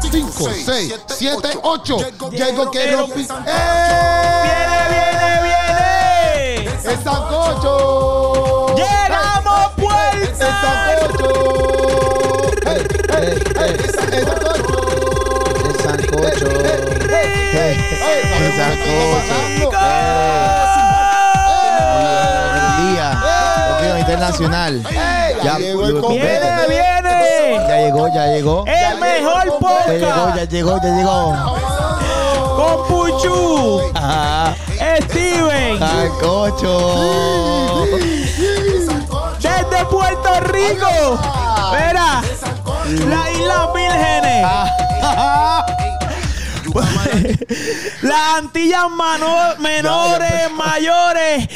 5, 6, 7, 8. Llego que quiero no mi pi- sancocho. ¡Eh! viene, viene! ¡El sancocho! ¡Llegamos, ¡Ey, ey, ey! puerta! ¡El sancocho! ¡Ey, ey, ey! ¡El sancocho! El sancocho. El sancocho. ¡Ey! Buen día. ¡Eh! Torneo internacional. ¡Ey! Ya, ¡Ya llegó el viene, copete! ¡Viene, viene! Ya llegó, ya llegó. Ya ¡El mejor llegó, ya podcast! llegó, ya llegó. Con Puchu, Ah, Steven, Sancocho. desde Puerto Rico. Mira, la Isla Vírgenes. Las Antillas mano- menores, mayores.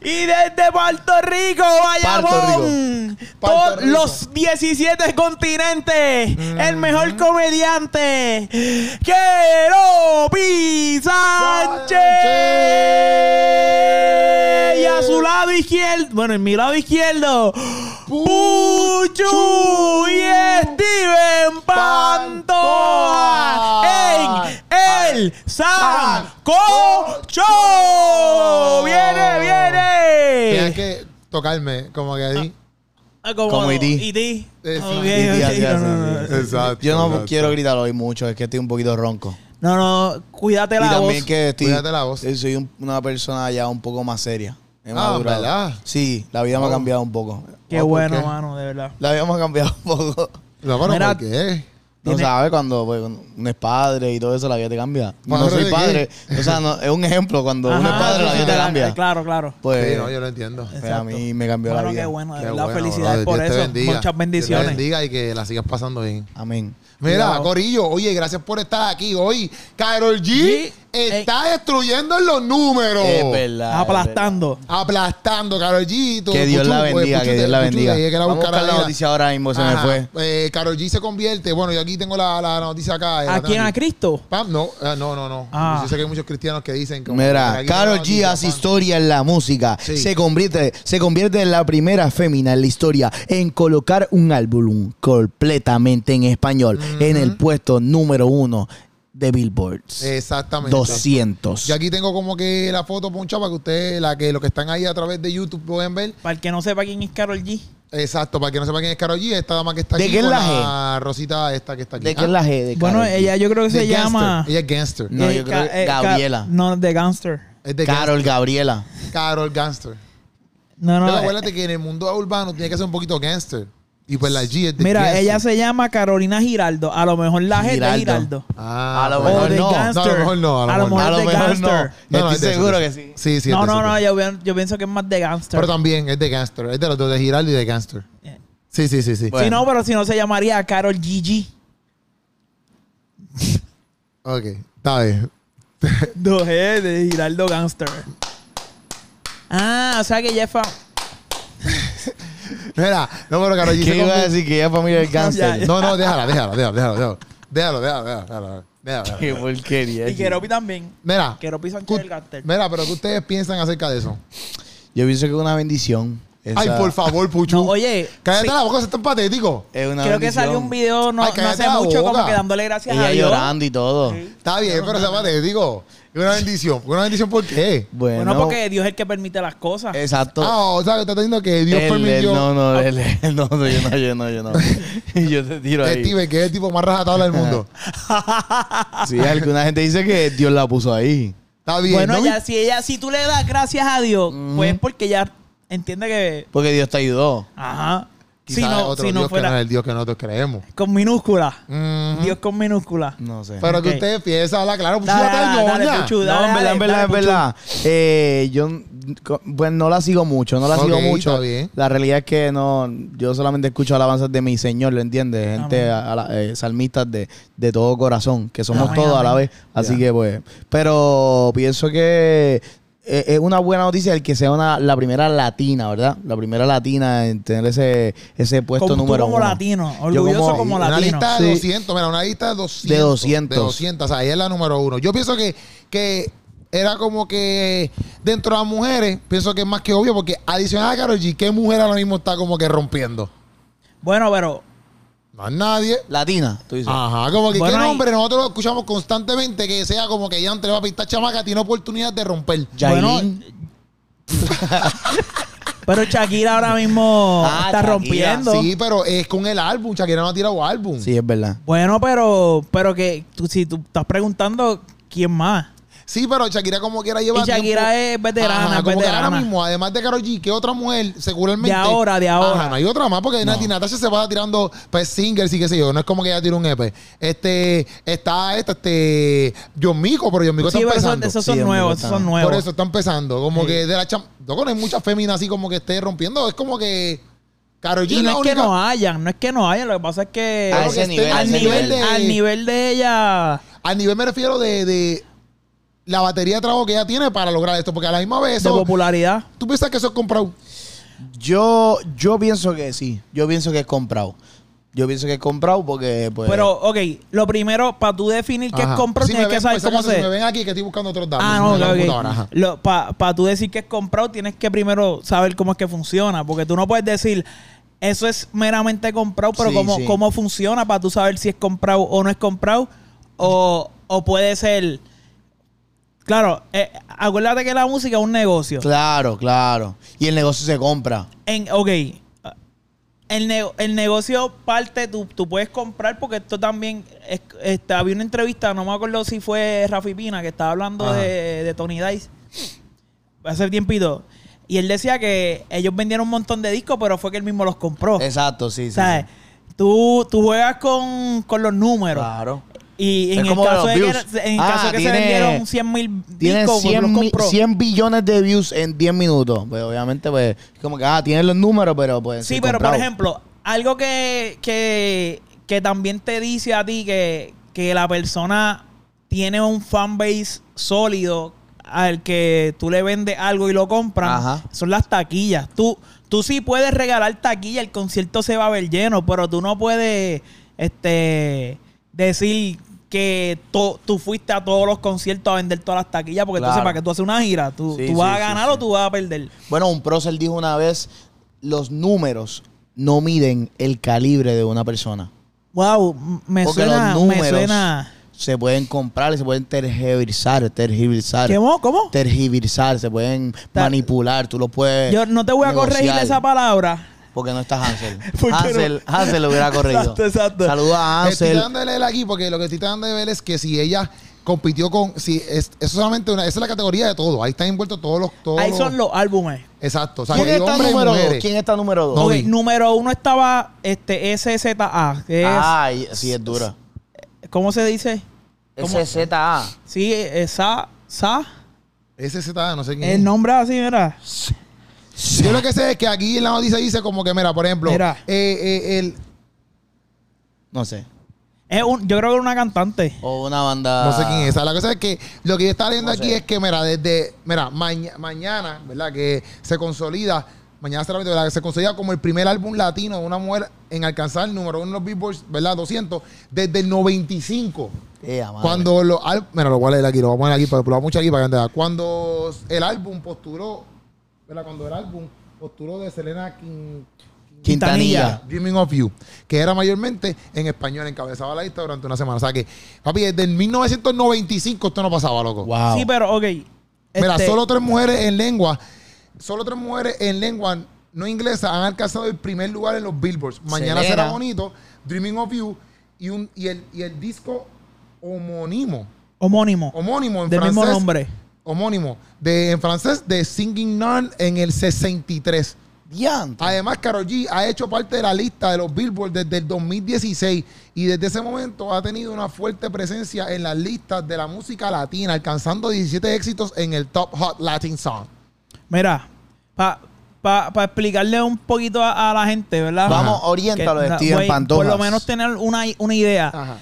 Y desde Puerto Rico, Bayamón. Puerto Todos Rico. los 17 continentes. El mejor comediante. Quiero P. Sánchez. Y a su lado izquierdo. Bueno, en mi lado izquierdo. Puchu y Steven Pantoja. Pantoja. En el Sancocho. Viene, Tienes viene. que tocarme, como que ahí. Ah, Como, Como E E.T.. E.T.. Eh, sí. Ok, Y ok, día, día, no, no, no. sí, sí. Exacto, Yo no exacto. quiero gritar hoy mucho, es que estoy un poquito ronco. No, no, cuídate Y la voz. también que estoy, Cuídate la voz. eh, soy un- una persona ya un poco más seria. He Ah, madurado. ¿verdad? Sí, la vida me Oh. ha cambiado un poco. Qué Ah, ¿por bueno, qué? mano, de verdad. La vida me ha cambiado un poco. No, pero Mira, ¿por qué? No Tiene- sabes cuando pues, cuando uno es padre y todo eso, la vida te cambia. No ¿Padre de soy qué? padre. O sea, no- es un ejemplo. Cuando uno es Ajá, padre, la sí, vida sí, te la- cambia. Claro, claro. Pues, Sí, no, yo lo entiendo. eh, pues, a mí me cambió Bueno, la vida. qué bueno, de Qué verdad. bueno, brother. felicidades por Dios te eso. bendiga. Muchas Dios te bendiciones. bendiga y que la sigas pasando bien. Amén. Mira, Cuidado. Corillo, oye, gracias por estar aquí hoy. Carol G Sí. está destruyendo los números. Es verdad. es Aplastando. Aplastando, Carol G. Tú, verdad. Que Dios Puchu, la pues, bendiga, Puchu que te- Dios la Puchu bendiga. te dije que era Vamos a buscar buscar la vida. noticia ahora mismo, se me Ajá. fue. Eh, Karol G se convierte. Bueno, yo aquí tengo la, la noticia acá. eh, la ¿A quién? tengo ¿A aquí. Cristo? Pam, no, ah, no, no, no. Ah. Yo sé que hay muchos cristianos que dicen como que Mira, aquí Carol no, G aquí, hace pam. historia en la música. Sí. Se, convierte, se convierte en la primera fémina en la historia en colocar un álbum completamente en español en el puesto número uno de Billboard. Exactamente. 200. Yo aquí tengo como que la foto ponchada para que ustedes, la que los que están ahí a través de YouTube pueden ver. Para el que no sepa quién es Carol G. Exacto, para que no sepa quién es Karol G, esta dama que está ¿De aquí. qué es con la G? Rosita esta que está aquí. ¿De qué Ah, es la G de Bueno, Karol G? ella yo creo que de se gangster. llama. Ella es gangster. No, yo eh, creo que Ca- eh, Ca- Gabriela. No, de Gangster. Es de Carol Gabriela. gangster. Carol Gangster. No, Pero no. eh, acuérdate que en el mundo urbano tiene que ser un poquito gangster. Y pues la G es de Mira, gangster. ella se llama Carolina Giraldo. A lo mejor la gente es de Giraldo. Giraldo. Ah, A lo O pues, mejor de no. Gangster. No, a lo mejor no, a lo mejor no. A es lo de mejor no. Gangster. No, no, Estoy es de eso, seguro de que eso. sí. Sí, sí. es No, de no, eso, no, de eso. yo, veo- yo pienso que es más de Gangster. Pero también es de gangster. Es de los dos de Giraldo y de gangster. Eh. Sí, sí, sí, sí. Bueno. Si no, pero si no se llamaría Carol GG. Ok, está bien. Dos G eh, de Giraldo Gangster. Ah, o sea que ya es fa- Mira, no, pero Karol G ¿Qué se iba a convirtió- decir que ella es familia del Ya, cáncer? No, no, déjala, déjala, déjala, déjala. Déjalo, déjalo, déjalo, déjalo. déjalo, Qué déjalo. porquería. Y Keropi también. Mira, Keropi Sánchez cu- del Gangster. mira, pero ¿qué ustedes piensan acerca de eso? Yo pienso que es una bendición. Ay, Esa- por favor, Puchu. No, oye, Cállate sí, la boca, es tan patético. Es una creo que bendición. salió un video no, Ay, no cállate hace la mucho boca. como que dándole gracias a Ella Dios. llorando y todo. Sí. Está bien, pero sea patético. Es una bendición. ¿Una bendición por qué? Bueno, Bueno, porque Dios es el que permite las cosas. Exacto. Ah, o sea, que está diciendo que Dios Él, permitió. él, no, Ah. no, él, él, no, no, yo no, yo no, yo no. yo te tiro ahí. Steve, que es el tipo más rajatabla del mundo. Sí, alguna gente dice que Dios la puso ahí. Está bien. bueno, ¿no? ella, si ella, si tú le das gracias a Dios, pues porque ella entiende que. Porque Dios te ayudó. Ajá. Quizás Si es no, otro si no Dios que no fuera. es el Dios que nosotros creemos. Con minúscula. Mm, Dios con minúscula. No sé. Pero Ok. que ustedes piensan, habla claro, Puchu, Dale, ya está dale, dale, ñoña. Puchu. no, en dale, verdad, en verdad, dale, en verdad. Eh, yo, n- co- pues no la sigo mucho, no la sigo Ok, mucho. está bien. La realidad es que no, yo solamente escucho alabanzas de mi Señor, ¿lo entiendes? Gente, a- a la- eh, salmistas de, de todo corazón, que somos Amén, todos a la amén. vez. Así que pues, pero pienso que eh, es una buena noticia el que sea una, la primera latina, ¿verdad? La primera latina en tener ese, ese puesto Como, tú número como uno. latino. Yo Orgulloso como, Sí, Una latino. lista Sí. de 200, mira, una lista de 200. De 200. De 200, o sea, ella es la número uno. Yo pienso que, que era como que dentro de las mujeres, pienso que es más que obvio, porque adicional a Karol G, ¿qué mujer ahora mismo está como que rompiendo? Bueno, pero Más nadie. Latina, tú Ah, dices. Ajá, como que Bueno, qué hay- nombre, nosotros lo escuchamos constantemente que sea como que ya entre va a pintar chamaca, tiene oportunidad de romper. Yailin. Pero Shakira ahora mismo Ah, está Shakira, rompiendo. Sí, pero es con el álbum, Shakira no ha tirado álbum. sí, es verdad. Bueno, pero, pero que tú, si tú estás preguntando quién más. Sí, pero Shakira como quiera Y lleva Shakira tiempo- es veterana, Ajá, como que veterana. ahora mismo, además de Karol G, ¿qué otra mujer seguramente? De ahora, de ahora. Ajá, no hay otra más porque Nati Natasha se va tirando pues, singles y qué sé yo, no es como que ella tira un EP. Este, está esta, este, John Mico, pero John Mico Sí, está pero esos, empezando. esos Sí, son es muy nuevos, esos bacano. son nuevos. Por eso está empezando, como Sí. que de la cham... Loco, no hay muchas féminas así como que esté rompiendo, es como que Karol G y es no la es única... que no hayan, no es que no hayan, lo que pasa es que A Claro ese que nivel, esté- a al, ese nivel, de- al nivel de ella... Al nivel me refiero de, de la batería de trabajo que ella tiene para lograr esto, porque a la misma vez de eso, popularidad. tú piensas que eso es comprado. Yo, yo pienso que sí. Yo pienso que es comprado. Yo pienso que es comprado porque, pues. Pero, ok, lo primero, para tú definir qué Ajá. es compro, Si me tienes que ven, saber pues, cómo acaso, si se... me ven pues, aquí que estoy buscando otros datos. Ah, en la no, computadora, ok. ajá. Para tú decir que es comprado, tienes que primero saber cómo es que funciona. Porque tú no puedes decir, eso es meramente comprado, pero Sí, cómo, sí. cómo funciona para tú saber si es comprado o no es comprado. O, o puede ser. Claro, eh, acuérdate que la música es un negocio. Claro, claro. Y el negocio se compra. En, ok. El, ne- el negocio parte, tú, tú puedes comprar porque esto también... es- este, había una entrevista, no me acuerdo si fue Rafi Pina, que estaba hablando Ajá. de, de Tony Dice. Hace tiempito. Y él decía que ellos vendieron un montón de discos, pero fue que él mismo los compró. Exacto, sí, sí. ¿Sabes? sí. Tú, tú juegas con, con los números. Claro. Y en Es el como caso los de que, views. en el Ah, caso de que tiene- se vendieron 100 mil Tienen discos, pues 100, los mi- compró. 100 billones de views en 10 minutos. Pues obviamente, pues, como que, ah, tienen los números, pero pues. Sí, es pero por comprado. ejemplo, algo que, que, que también te dice a ti que, que la persona tiene un fanbase sólido al que tú le vendes algo y lo compran, Ajá. son las taquillas. Tú, tú sí puedes regalar taquilla, el concierto se va a ver lleno, pero tú no puedes este, decir que to- tú fuiste a todos los conciertos a vender todas las taquillas, porque entonces Claro. para que tú haces una gira, tú, Sí, tú vas sí, a sí, ganar sí. o tú vas a perder. Bueno, un prócer dijo una vez: los números no miden el calibre de una persona. Wow, me Porque suena, los me números suena. se pueden comprar y se pueden tergiversar, tergiversar. ¿Qué mo- ¿Cómo? Tergiversar, se pueden Ta- manipular, tú lo puedes. Yo no te voy a negociar, corregir esa palabra. Porque no está Hansel. Porque Hansel, Hansel lo hubiera corregido. Exacto, exacto. Saluda a Estoy Hansel. tratando de leer aquí porque lo que estoy tratando de ver es que si ella compitió con... Si es, eso solamente una... Esa es la categoría de todo. Ahí están envueltos todos los... Todos Ahí son los álbumes. Exacto. O sea, ¿Quién que hay está hombres y número dos? mujeres. ¿Quién está número dos? No Ok, vi. número uno estaba este SZA, que es, Ay, sí, es dura. ¿cómo se dice? ¿Cómo? SZA. Sí, esa, sa, Ese se está, no sé quién. el nombre así, mira. Yo lo que sé es que aquí en la noticia dice como que, mira, por ejemplo, Mira. eh, eh, el, No sé. Es un, yo creo que era una cantante. O una banda. No sé quién es. O sea, La cosa es que lo que yo estaba leyendo No aquí sé. es que, mira, desde, mira, maña- mañana, ¿verdad? Que se consolida, mañana será, ¿verdad? Que se consolida como el primer álbum latino de una mujer en alcanzar el número uno en los Billboards, ¿verdad? 200, desde el 95. Ea, Eh, madre. Cuando lo, al- mira, lo voy a leer aquí, lo vamos a leer aquí, pero lo vamos a mucho aquí para que entienda. Cuando el álbum postuló, ¿verdad? Cuando el álbum postuló de Selena Quin- Quintanilla. Dreaming of You, que era mayormente en español, encabezaba la lista durante una semana. O sea que, papi, desde el 1995 esto no pasaba, loco. Wow. Sí, pero ok. Mira, este, solo tres mujeres en lengua, solo tres mujeres en lengua no inglesa han alcanzado el primer lugar en los billboards. Mañana Selena. será bonito, Dreaming of You y, un, y, el, y el disco homónimo, homónimo, homónimo en del francés. mismo nombre. Homónimo, de, en francés, de Singing Nun en el 63. Diantre. Además, Karol G ha hecho parte de la lista de los Billboard desde el 2016 y desde ese momento ha tenido una fuerte presencia en las listas de la música latina, alcanzando 17 éxitos en el Top Hot Latin Song. Mira, para explicarle un poquito a, a la gente, ¿verdad? Vamos, oriéntalo, Que- Steven güey, Pantojas. Por lo menos tener una, una idea. Ajá.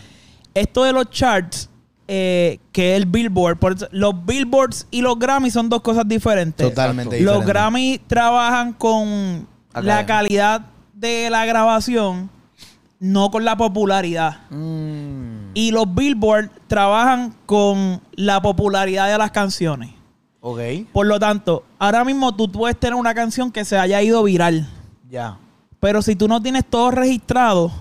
esto de los charts, eh, que es el Billboard, por eso- los Billboards y los Grammy son dos cosas diferentes. Totalmente Los diferente. Grammy trabajan con Acá. la calidad de la grabación, no con la popularidad. Mm, Y los Billboard trabajan con la popularidad de las canciones. ok. Por lo tanto, ahora mismo tú puedes tener una canción que se haya ido viral. Ya. Pero si tú no tienes todo registrado,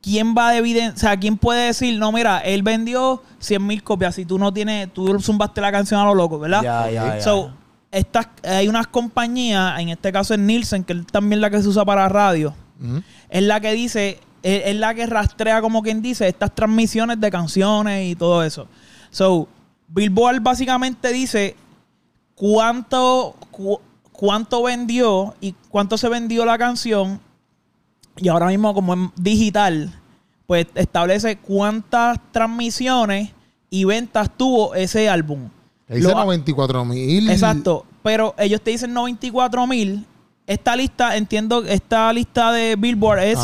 ¿quién va a evidenciar? O sea, ¿quién puede decir, no, mira, él vendió 100 mil copias si tú no tienes, tú zumbaste la canción a lo loco, ¿verdad? Ya, ya, ya. So, estas, hay unas compañías, en este caso es Nielsen, que es también la que se usa para radio, Ujú. es la que dice, es, es la que rastrea, como quien dice, estas transmisiones de canciones y todo eso. So, Billboard básicamente dice cuánto, cu- cuánto vendió y cuánto se vendió la canción. Y ahora mismo, como es digital, pues establece cuántas transmisiones y ventas tuvo ese álbum. Ahí dice Lo- 94 mil. Exacto, pero ellos te dicen 94 mil. Esta lista, entiendo, esta lista de Billboard es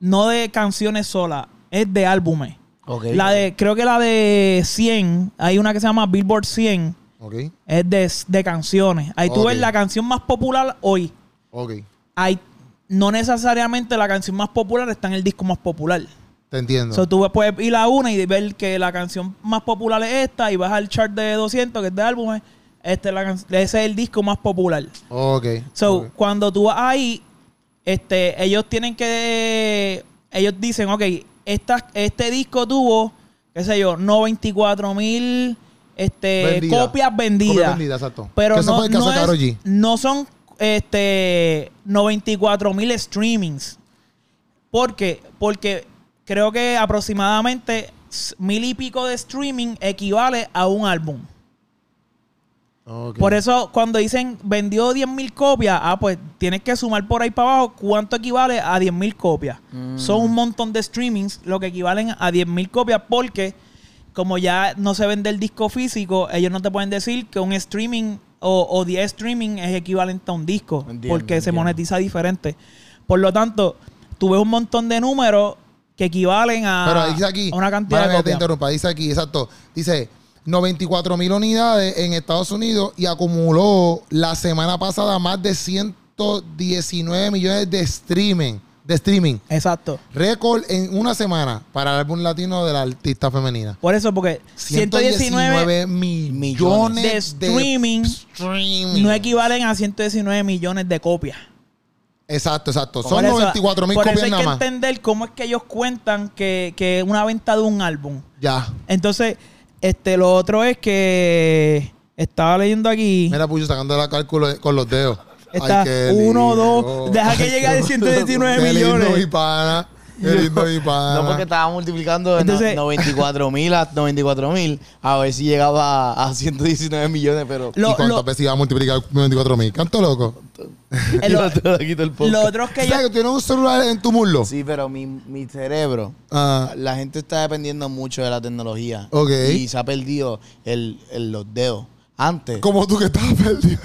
no de canciones solas, es de álbumes. Ok. La de, creo que la de 100, hay una que se llama Billboard 100, Ok, es de, de canciones. Ahí tú Ok. ves la canción más popular hoy. ok. Ahí no necesariamente la canción más popular está en el disco más popular. Te entiendo. So, tú puedes ir a una y ver que la canción más popular es esta y vas al chart de 200, que es de álbumes, este, es la can- ese es el disco más popular. ok. So, ok. cuando tú vas ahí, este, ellos tienen que. Ellos dicen, ok, esta, este disco tuvo, qué sé yo, 94 mil este, Vendida. copias vendidas. Copia vendida, exacto. Pero Que eso no, fue el caso no de Karol es- G. no son este, 94 mil streamings. ¿Por qué? Porque creo que aproximadamente s- mil y pico de streaming equivale a un álbum. Ok. Por eso, cuando dicen vendió 10.000 copias, ah, pues tienes que sumar por ahí para abajo cuánto equivale a 10.000 copias. Mm. Son un montón de streamings, lo que equivalen a 10.000 copias, porque como ya no se vende el disco físico, ellos no te pueden decir que un streaming o, o 10 streaming es equivalente a un disco, Entiendo, porque se entiendo. monetiza diferente. Por lo tanto, tú ves un montón de números que equivalen a, Pero dice aquí, a una cantidad para de que te copias. interrumpa, dice aquí, exacto. Dice 94 mil unidades en Estados Unidos y acumuló la semana pasada más de 119 millones de streaming, de streaming. Exacto. Récord en una semana para el álbum latino de la artista femenina. Por eso, porque 119 119 millones de de streaming streaming. Mm. no equivalen a 119 millones de copias. Exacto, exacto. Por Son eso- 94 mil Por eso copias hay nada que más. entender cómo es que ellos cuentan que, que una venta de un álbum. Ya. Entonces, este, lo otro es que estaba leyendo aquí. Mira, Puyo sacando la cálculo con los dedos. está Ay, qué uno, lindo. dos. Deja que llegue a 119 Qué lindo mi millones. pana. Qué lindo mi pana. No, porque estaba multiplicando de no- Entonces- 94 mil a 94 mil a ver si llegaba a, a 119 millones, pero. ¿Y Lo- cuántas lo- veces iba a multiplicar 24 mil? ¿Canto loco? eh, Yo lo- te lo quito el podcast. Lo otro es O que sea, ellos. que tienes un celular en tu muslo. Sí, pero mi, mi cerebro. Ah, La gente está dependiendo mucho de la tecnología. Ok. Y se ha perdido el, el- los dedos. Antes. como tú que estabas perdido.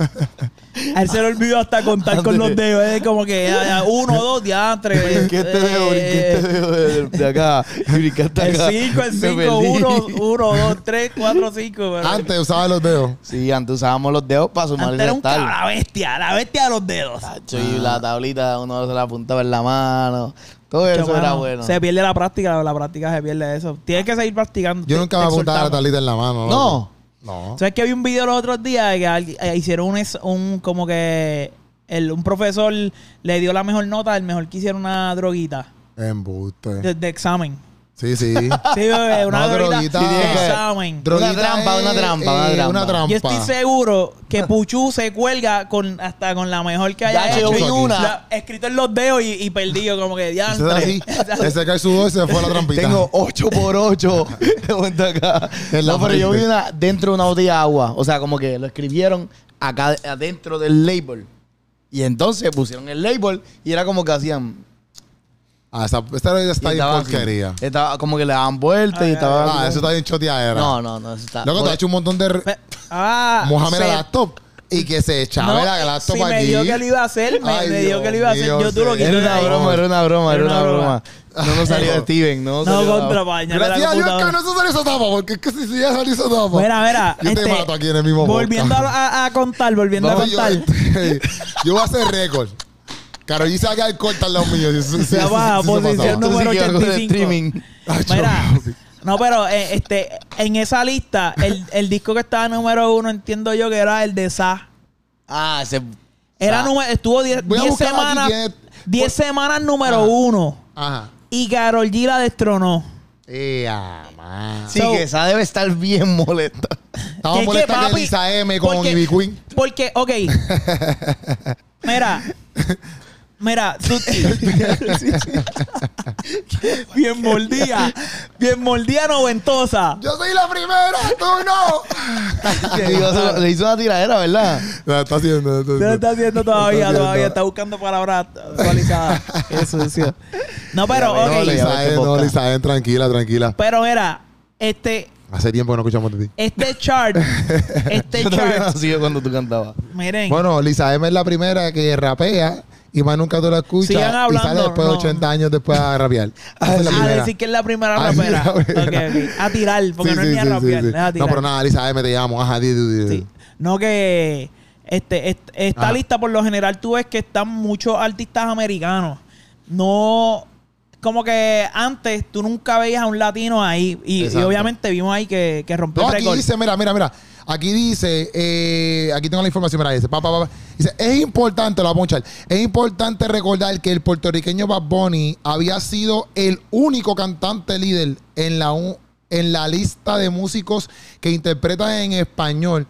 A él se le olvidó hasta contar con los dedos. Es como que ya, ya, uno, dos, ya, tres. Brinqué este dedo, brinqué este dedo de, de acá. Y brinqué hasta Eh. El acá. 5, el 5, Me perdí. 1, 1, 2, 3, 4, 5. Antes usaba los dedos. Sí, antes usábamos los dedos para sumar Antes era el un Ah. tal. cabrón, la bestia, la bestia de los dedos. Tacho, Y la tablita uno se la apuntaba en la mano. Todo eso Chacho, era mano, bueno. Se pierde la práctica, la práctica se pierde eso. Tienes que seguir practicando. Yo te- nunca te me apuntaba la exhortamos. tablita en la mano. loco. No. ¿Sabes que vi un video los otros días que alguien- eh, hicieron un, es- un- como que el- un profesor le dio la mejor nota al mejor que hiciera una droguita Embuste. de, de examen? Sí, sí. Sí, bebé, Eh, una No, droguita, droguita. de examen. Droguita Una trampa, es, eh, una trampa, una trampa. Una trampa. Yo estoy seguro que Puchu se cuelga con hasta con la mejor que haya Tacho, hecho. yo vi aquí. una. La- escrito en los dedos y, y perdido, como que Ese es diantre. así. Ese cae sudó y se fue a la trampita. Tengo 8 por 8 de vuelta acá. En la No, pero yo vi frente. una dentro de una botella de agua. O sea, como que lo escribieron acá adentro del label. Y entonces pusieron el label y era como que hacían. Ah, esa, esta droguita y está bien estaba así. porquería. Estaba como que le daban vueltas y estaba. Ah, eso está bien choteadera. No, no, no. Eso está. Loco, te ha hecho un montón de... Pe- Ah, Mohamed se- la laptop y que se echaba No, la laptop si me allí. dio que lo iba a hacer, me, Ay, me dio Dios que lo iba a hacer. mío, yo tú lo sí. Era quitas. una broma, era una broma, era una broma. No nos salió de Steven, no. nos No, salió de- contra paña. Gracias a Dios que no se salió esa tapa, porque es que si se salió esa tapa. Mira, mira. Yo te este, mato aquí en el mismo Volviendo a, a- a contar, volviendo a No, yo, contar. yo voy a hacer récord. Carol G se va a quedar corta al lado mío. si- si- si- si- si se Ya va, pasaba. posición Tú sí número que algo de 85. streaming. Ay, yo- Mira, no, pero eh, este, en esa lista, el, el disco que estaba número uno, entiendo yo que era el de Sa. Ah, ese. Era Ah. número, estuvo 10 Voy a buscar aquí semanas. quién es- 10 semanas número Ajá. uno. Ajá. y Karol G la destronó. Ea, man. Sí, So- que esa debe estar bien molesta. Estamos ¿Qué, qué, molestando a papi? Lisa M con Porque- Ivy Queen. Porque, ok. Mira. Mira, tú- bien mordida, bien mordida noventosa. Yo soy la primera, tú no. Le hizo- le hizo una tiradera, ¿verdad? La está haciendo. No lo está haciendo todavía, Está haciendo. todavía está buscando palabras actualizadas. Qué sucio. No, pero, Ya, No, ya, ok. ya. Lisa ver qué M, no, podcast. Lisa M, tranquila, tranquila. Pero mira, este, Hace tiempo que no escuchamos de ti. este chart, este Yo todavía chart, nacido cuando tú cantabas. miren, Bueno, Lisa M es la primera que rapea y más nunca tú la escuchas. Sigan hablando, y sale después de no. Ah, 80 años después a rapear. Esa es la a primera. decir que es la primera Ah, sí, rapera. la primera. Ok, ok. A tirar, porque Sí, no sí, es ni a sí, sí, rapear, sí. es a No, tirar. pero nada, Lisa M, te llamo. Ajá, di, di, di. Sí. No que este, est- esta Ajá. lista por lo general tú ves que están muchos artistas americanos. No como que antes tú nunca veías a un latino ahí y, y Exacto. obviamente vimos ahí que, que rompió No, el aquí récord. dice, mira, mira, mira. Aquí dice, eh, aquí tengo la información, mira, dice, pa, pa, pa, pa. Dice, es importante, lo voy a ponchar, es importante recordar que el puertorriqueño Bad Bunny había sido el único cantante líder en la, u- en la lista de músicos que interpretan en español,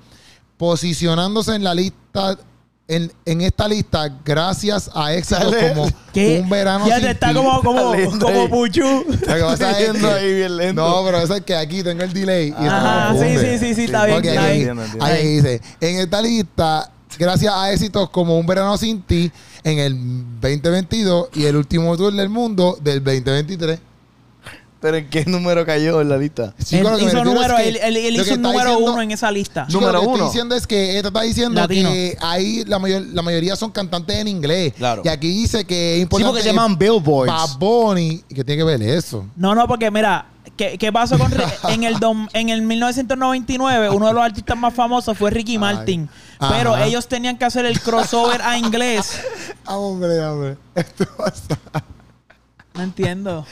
posicionándose en la lista, en, en esta lista, gracias a éxitos Sale. como Que Un Verano ya Sin te está Ti. como, como, Dale, como dale. Puchu. Lo que pasa es Yendo que- ahí bien lento. No, pero eso es que aquí tengo el delay. Y esto Ajá, me sí, confunde. sí, sí, sí, está bien, Ok, está ahí, bien. ahí dice, en esta lista, gracias a éxitos como Un Verano Sin Ti, en el 2022 y el último tour del mundo del 2023. Pero ¿en qué número cayó en la lista? Chico, lo él que me hizo, refiero es número, que él, él- él lo que hizo un está número diciendo- uno en esa lista. Chico, Número lo que uno. estoy diciendo es que esta está diciendo Latino. que ahí la, mayor- la mayoría son cantantes en inglés. Claro. Y aquí dice que es Sí, importante. porque se llaman Billboards. Bad Bunny. ¿Qué tiene que ver eso? No, no, porque mira, ¿qué, qué pasó con... Ri- en, el dom- en el 1999, uno de los artistas más famosos fue Ricky Martin. Ajá. Pero ellos tenían que hacer el crossover a inglés. Ah, hombre, hombre. Esto pasa. No entiendo.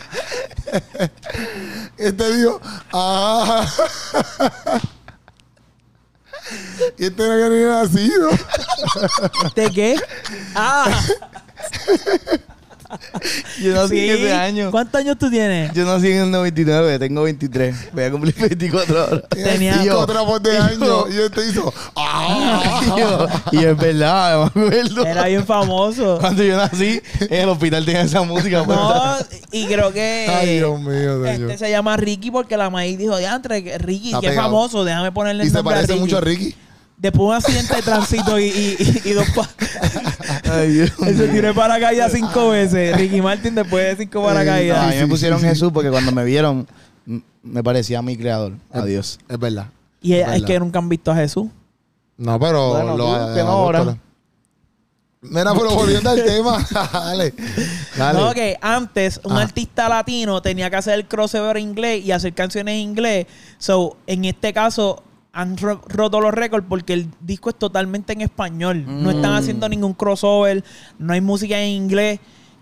Este dijo, ah. y este no había ni nacido. ¿De qué? Ah, Yo nací sí. en ese año. ¿Cuántos años tú tienes? Yo nací en el 99, tengo 23. Voy a cumplir 24 horas. Tenía- Y Cinco yo- trapos de año. Y este hizo, ah. y yo- y es verdad, me acuerdo. Era bien famoso. Cuando yo nací, en el hospital tenía esa música. puesta. No, y creo que Ay, Dios mío, señor. Eh, este se llama Ricky porque la maíz dijo, diantre, que Ricky, Está que es pegado. famoso, déjame ponerle Y el se nombre parece a Ricky. mucho a Ricky. Después de un accidente de tránsito y, y, y- y dos pa- Ay, Dios mío. Él se tiró de paracaídas cinco veces. Ricky Martin después de cinco Eh, No, a paracaídas. mí me pusieron Jesús porque cuando me vieron, m- me parecía a mi creador. Adiós. Es verdad. Y es, es Verdad. que nunca han visto a Jesús. No, pero Bueno, tú, ha- que no ha- ahora. lo- Mira, pero volviendo al tema. dale. Dale. No, que antes un Ah. Ajá. artista latino tenía que hacer el crossover inglés y hacer canciones en inglés. So, en este caso han ro- roto los récords porque el disco es totalmente en español. No están Mm. haciendo ningún crossover, no hay música en inglés.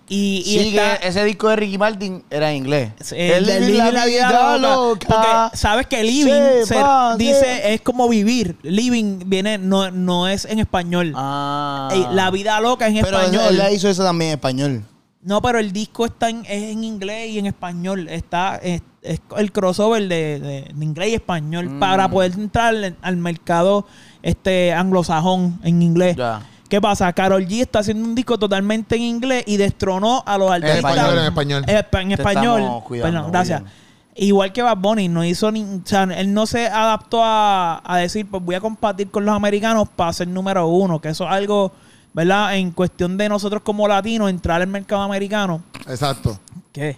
Y, y Sí, está- que ese disco de Ricky Martin era en inglés. Eh, El, Living living la vida loca. Porque sabes que living Se se- va, dice es como vivir. Living viene no, no es en español. Ah. Eh, la vida loca es en Pero español. esa- él la hizo eso también en español. No, pero el disco está en, es en inglés y en español. Está es, es el crossover de, de- de inglés y español para poder entrar al, al mercado este anglosajón en inglés. Ya. ¿Qué pasa? Carol G está haciendo un disco totalmente en inglés y destronó a los artistas. español, en español. Espa- en Te español. estamos cuidando, Perdón, muy gracias. bien. Igual que Bad Bunny, no hizo ni, o sea, él no se adaptó a, a decir, pues voy a compartir con los americanos para ser número uno, que eso es algo, ¿verdad? En cuestión de nosotros como latinos, entrar al mercado americano, Exacto. ¿Qué?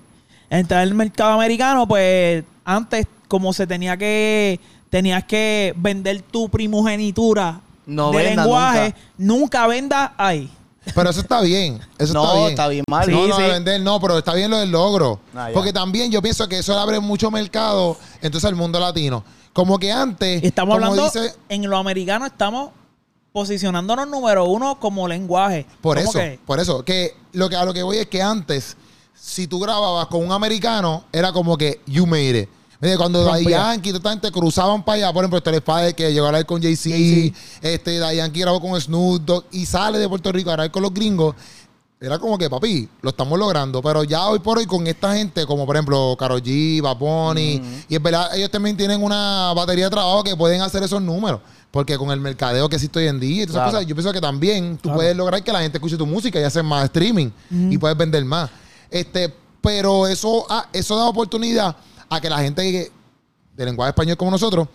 Entrar al mercado americano, pues antes, como se tenía que. Tenías que vender tu primogenitura No de venda lenguaje. Nunca, vendas ahí. Pero eso está bien. Eso no, está bien. mal. no, Sí, no, sí. de vender, no, pero está bien lo del logro. Ah, ya. Porque también yo pienso que eso le abre mucho mercado, entonces al mundo latino. Como que antes, Y estamos como hablando, dice- en lo americano estamos posicionándonos número uno como lenguaje. por ¿Cómo eso, que? por eso, que lo que a lo que voy es que antes, si tú grababas con un americano, era como que you made it. Mire, Cuando Rompe Daddy ya. Yankee toda esta gente cruzaban para allá, por ejemplo, este padre que llegó a hablar con Jay-Z, este Daddy Yankee grabó con Snoop Dogg y sale de Puerto Rico a hablar con los gringos, era como que, papi, lo estamos logrando. Pero ya hoy por hoy con esta gente, como por ejemplo Karol G, Bad Bunny, y es verdad, ellos también tienen una batería de trabajo que pueden hacer esos números. Porque con el mercadeo que existe hoy en día y todas esas Claro. cosas, yo pienso que también tú puedes lograr que la gente escuche tu música y hacer más streaming y puedes vender más. Este, pero eso, ah, eso da oportunidad a que la gente que- de lenguaje español como nosotros,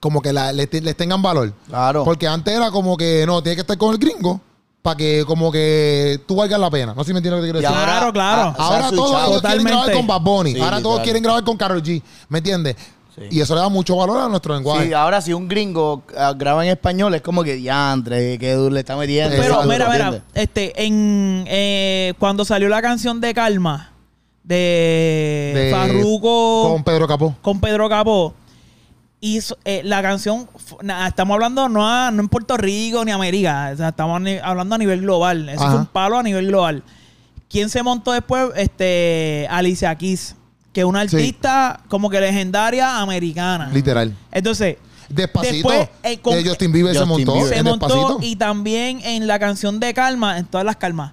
como que la- les, te- les tengan valor. Claro. Porque antes era como que no, tienes que estar con el gringo para que como que tú valgas la pena. No sé si me entiendes lo que te Y quiero decir. Claro, claro. ah, se ha Ahora todos switchado. ellos quieren grabar Totalmente. con Bad Bunny. Sí, Ahora todos literal. quieren grabar con Karol G. ¿Me entiendes? Sí. Y eso le da mucho valor a nuestro lenguaje. Sí, ahora si un gringo ah, graba en español es como que diantre, que duro le está metiendo. Pero Exacto, mira, mira, ¿entiendes? este, en eh, cuando salió la canción de Calma de, De- Farruko Con Pedro Capó. con Pedro Capó. Hizo, eh, la canción, fu- na- estamos hablando no, a- no en Puerto Rico ni América, o sea, estamos a ni- hablando a nivel global. Eso Ajá. fue un palo a nivel global. ¿Quién se montó después? Este, Alicia Keys, que es una Sí. artista como que legendaria americana. Literal. Entonces, Despacito. Después, eh, con- eh, Justin Bieber se Justin montó. Bieber. se en montó Despacito. y también en la canción de Calma, en todas las calmas.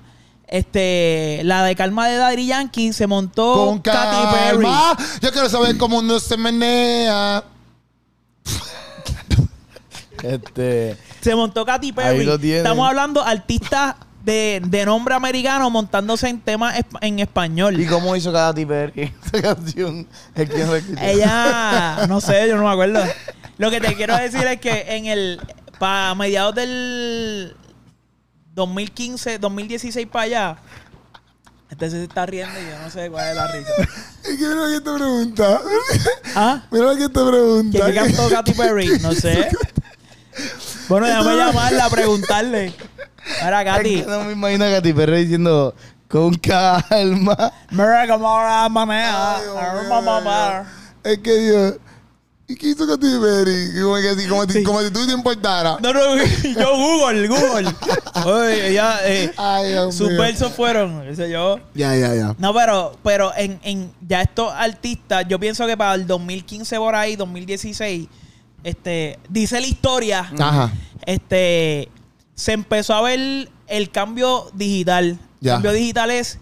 Este, la de Calma de Daddy Yankee se montó Con Katy Perry. calma. Yo quiero saber cómo no se menea. Este, Se montó Katy Perry. Ahí lo tienen. Estamos hablando artistas de, de nombre americano montándose en temas esp- en español. ¿Y cómo hizo cada Perry esa canción? Es que no la escuché. Ella, no sé, yo no me acuerdo. Lo que te quiero decir es que en el para mediados del 2015, 2016 para allá, este se está riendo y yo no sé cuál es la risa. Mira lo que te pregunta. ¿Ah? Mira lo que te ¿Que pregunta. qué cantó Katy Perry? No sé. Bueno, déjame llamarla, preguntarle. Ahora, Es Katy. que no me imagino a Katy Perry diciendo con calma. Mira cómo ahora maneja. Ay, Dios ahora mío, Ah, mamá, ah. Dios mamá. Es que Dios. ¿Y qué hizo Katy Perry? Y Como que así, como, si, como si tú te importara. No, no, yo Google, Google. Oye, ella, eh, Ay, Ah, Dios sus mío. versos fueron, qué sé yo. Ya, ya, ya. No, pero, pero en, en ya estos artistas, yo pienso que para el 2015 por ahí, 2016, este, dice la historia. Ajá. este se empezó a ver el cambio digital. Ya. El cambio digital es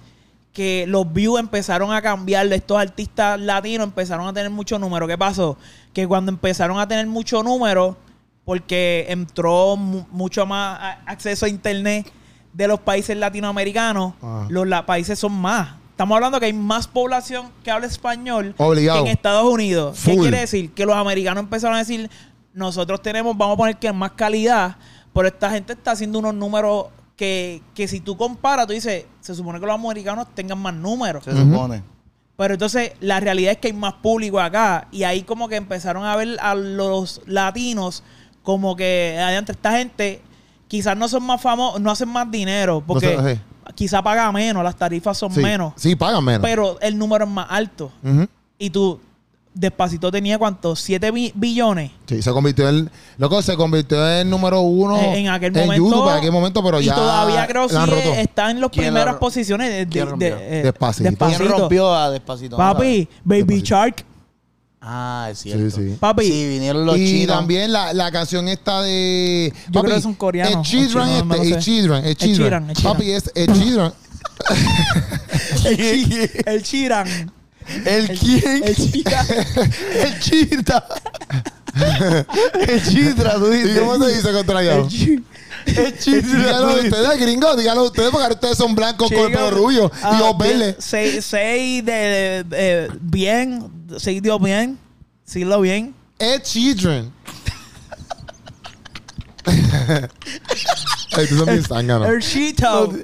que los views empezaron a cambiar de estos artistas latinos, empezaron a tener mucho número. ¿Qué pasó? Que cuando empezaron a tener mucho número, porque entró mu- mucho más a- acceso a internet de los países latinoamericanos, Ajá. los la- países son más. Estamos hablando que hay más población que habla español Obligado. que en Estados Unidos. ¿Qué Full. quiere decir? Que los americanos empezaron a decir, nosotros tenemos, vamos a poner que es más calidad, pero esta gente está haciendo unos números que, que si tú comparas, tú dices, se supone que los americanos tengan más números. Se supone. Pero entonces la realidad es que hay más público acá y ahí como que empezaron a ver a los latinos como que adiante esta gente quizás no son más famosos, no hacen más dinero porque sé, quizás paga menos, las tarifas son Sí. menos, Sí, pagan menos. pero el número es más alto. Ujú. Y tú, despacito tenía cuánto? 7 bi- billones. Sí, se convirtió en. Loco, se convirtió en número uno. Eh, en aquel momento. YouTube, en aquel momento, pero y ya. todavía creo la han roto. que está en las ¿Quién la primeras ro- posiciones. De, quién de- rompió? de- eh, Despacito. ¿Quién ¿Quién Despacito. rompió a Despacito? Papi, Baby Despacito. Shark. Ah, es cierto. Sí, sí. Papi. Sí, vinieron los y chinos. también la, la canción esta de. Yo creo que es un coreano, Es Chidran o chino, no este. lo sé. Es Chidran. Es Chidran. Sheeran, Ed Sheeran. Papi, es es Chidran. El Chiran. ¿El quién? El Chiran. El chita. El chitra, tú ¿Y dices. cómo se dice contra allá? El chitra, Dígalo tú dices. ustedes, gringo. Dígalo ustedes, porque ahora ustedes son blancos con el pelo rubio. ah, Y los verdes. 6 de, eh, bien. 6 dio bien. Siglo bien. Ed Sheeran. Ay, tú son bien zánganos. El Chito. No,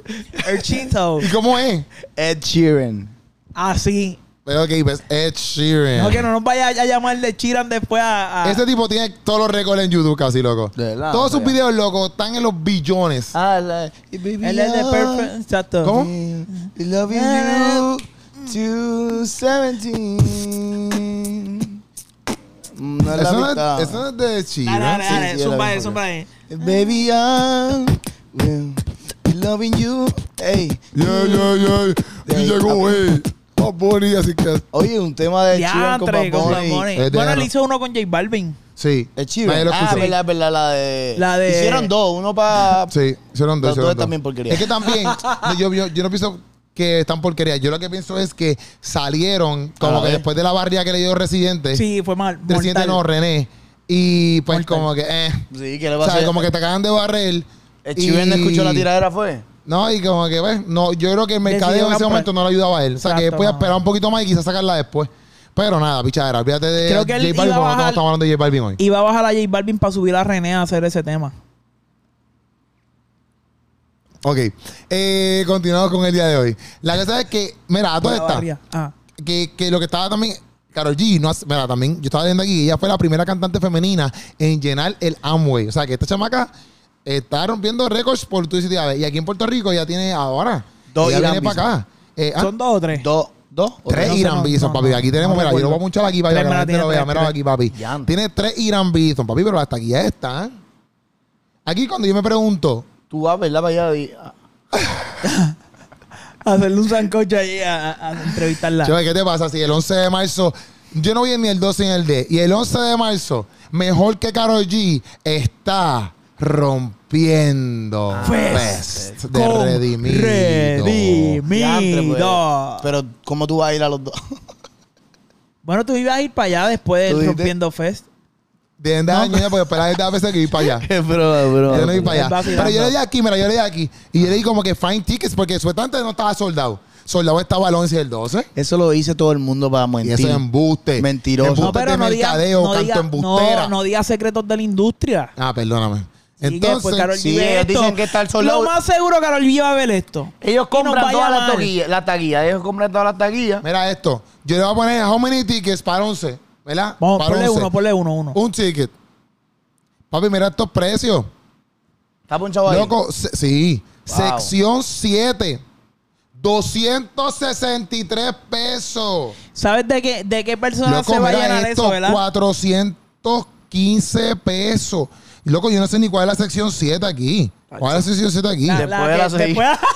El Chito. ¿Y cómo es? Ed Sheeran. Así. Pero ok, pues Ed Sheeran. No, que no nos vaya a llamar de Chiran después a. a- Ese tipo tiene todos los récords en YouTube casi, loco. De verdad, todos sus hombre. videos, loco, están en los billones. Ah, la. Baby, Él es de Perfect. Exacto. ¿Cómo? I love you to 17. No la eso, no mitad. es, eso no es de Ed Dale, Sheeran. dale, Sí, dale. sí, zumba la ahí, misma zumba ahí. Baby, I'm well, loving you. Hey. Yeah, yeah, yeah. De ahí, Ah, pues. Y llegó, papi. eh. Bad Bunny, así que. Oye, un tema de Chiran con Diantre, Bad con Bad Bunny. Bunny. Es de Bueno, él Aro. hizo uno con J Balvin. Sí. Ed Sheeran. Nadie lo ah, escuchó. verdad, verdad, la de... La de- Hicieron dos, uno para... Sí, hicieron dos. Los dos hicieron dos. también porquería. Es que también, no, yo, yo, yo no pienso que están porquería. Yo lo que pienso es que salieron, como A que ver. después de la barría que le dio Residente, Sí, fue mal. Residente mortal. no, René, y pues Mortal. como que, eh, Sí, ¿qué le va a ¿sabes? hacer? Como que te acaban de barrer. ¿El y- Chiven no escuchó la tiradera, fue? No, y como que, pues, no, yo creo que el mercadeo Decidió en ese comprar. momento no le ayudaba a él. O sea, que Exacto, después no. esperar un poquito más y quizás sacarla después. Pero nada, pichadera, olvídate de Creo que él J Balvin, iba a porque no bajar- estamos hablando de J Balvin hoy. Iba a bajar a J Balvin para subir a René a hacer ese tema. Ok, eh, continuamos con el día de hoy. La cosa es que, mira, a todas La estas, barría. Ah. que, que lo que estaba también. Karol G, no hace- mira, también yo estaba leyendo aquí, ella fue la primera cantante femenina en llenar el Amway. O sea, que esta chamaca eh, está rompiendo récords por tu ciudad. Y aquí en Puerto Rico ya tiene ahora. Dos ya viene Irán para acá. Eh, ah, ¿Son dos o tres? Dos, dos. o tres no sé, Irán no, Bison, no, papi. no, Aquí tenemos, no mira, yo lo voy a recuerdo. munchar aquí para que Tres, la mira, gente lo tiene vea. tres, Mira tres. aquí, papi. Diantre. Tiene tres Irán Bison, papi, pero hasta aquí ya está. Aquí cuando yo me pregunto, Tú vas, ¿verdad? Para allá y... ah, Hacerle un sancocho allí a, a- a entrevistarla. Cheve, ¿qué te pasa? Si el 11 de marzo, yo no vi ni el 12 ni el D. Y el 11 de marzo, mejor que Karol G, está rompiendo. Ah, Fest Fest de con redimido. diantre, pues. Redimido. Pero, ¿cómo tú vas a ir a los dos? Bueno, tú ibas a ir para allá después ¿Tú del dijiste? Rompiendo Fest. Tienen de pues años, porque esperaba esta vez que ir para allá. Qué broma, broma. Yo no iba broma. para allá. vacilando. Pero yo le di aquí, mira, yo le di aquí. Y yo le di como que find tickets, porque supuestamente no estaba soldado. Soldado estaba el 11 y el 12. Eso lo dice todo el mundo para Y mentir. eso es embuste. Mentiroso. Embuste No, No, pero de no digas mercadeo, no canto diga- embustera. no, no digas secretos de la industria. Ah, perdóname. Y que, pues, Karol G sí, ve ellos esto. dicen que está el sol Lo out. más seguro Carol G va a ver esto. Ellos Y nos compran vaya todas las mal. taquillas. Las taquillas. Ellos compran todas las taquillas. Mira esto. Yo le voy a poner how many tickets para 11, ¿verdad? Vamos, Para ponle 11. uno, ponle uno, uno. Un ticket. Papi, mira estos precios. Está ponchado ahí. Loco, se- sí. Wow. Sección 7. 263 pesos. ¿Sabes de qué, de qué persona Loco, se va a mira llenar esto, eso, verdad? 415 pesos. Loco, yo no sé ni cuál es la sección 7 aquí. ¿Cuál es la sección 7 aquí? La- Después de que- las seis. después-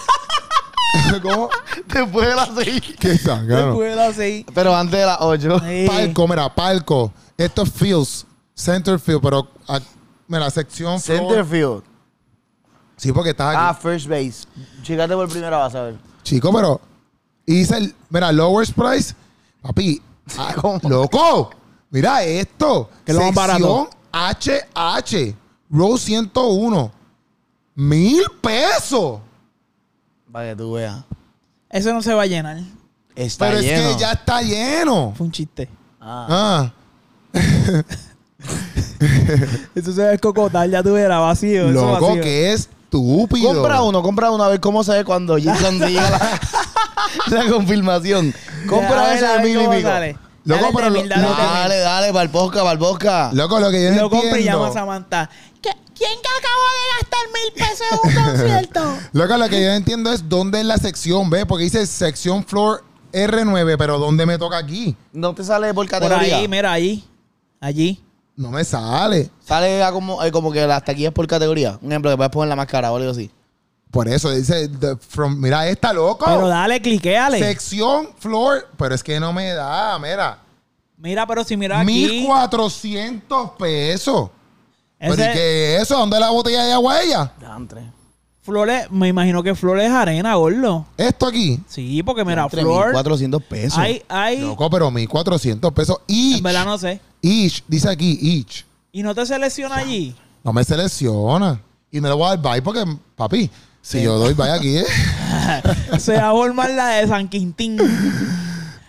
¿Cómo? Después de las seis. ¿Qué están? claro? después eh. de las seis. Pero antes de las ocho. Sí. Palco, mira, palco. Esto es Fields, Center Field, pero ah, mira, sección floor. Centerfield. Sí, porque estás aquí. Ah, first base. Chicate por primera base, a ver. Chico, pero hice el, mira, lowest price. Papi, ah, loco. Mira esto. Que lo más barato. HH. Row 101. Mil pesos. Para que tú veas. Eso no se va a llenar. Está Pero lleno. es que ya está lleno. Fue un chiste. Ah. Ah. Eso se va a escocotar, ya tuve la vacío. eso Loco, vacío. qué estúpido. Compra uno, compra uno, a ver cómo se ve cuando, cuando llega la, la confirmación. A Compra ver, ese a de ver mil y cómo pico. sale. Loco, Dale el de pero lo- mil, dale el de mil. Dale, dale, balbosca, balbosca. Loco, lo que yo no Lo compra y llama a entiendo. Samantha. ¿Qué- ¿Quién que acabó de gastar mil pesos en un concierto? Loco, lo que yo no entiendo es dónde es la sección, ¿ves? Porque dice sección floor R9, pero ¿dónde me toca aquí? No te sale por Por categoría. ahí, mira, ahí. Allí. No me sale. Sale a como, eh, como que las taquillas por categoría. Un ejemplo, que puedes poner la más cara o algo así. Por eso dice, the- from- mira esta, loco. Pero dale, cliquéale. Sección floor, pero es que no me da, mira. Mira, pero si mira aquí. 1400 pesos. Ese Pero ¿y qué es eso? ¿Dónde es la botella de agua ella? Diantre. Flores, me imagino que Flores es arena, gordo. Esto aquí. Sí, porque mira, Entre Flor. 400 pesos. Hay, hay. Loco, pero 1400 pesos En each. verdad no sé. Each, dice aquí, each. Y no te selecciona allí. No me selecciona. Y no le voy a dar bye porque, papi, si yo doy bye aquí, eh. Se va a formar la de San Quintín.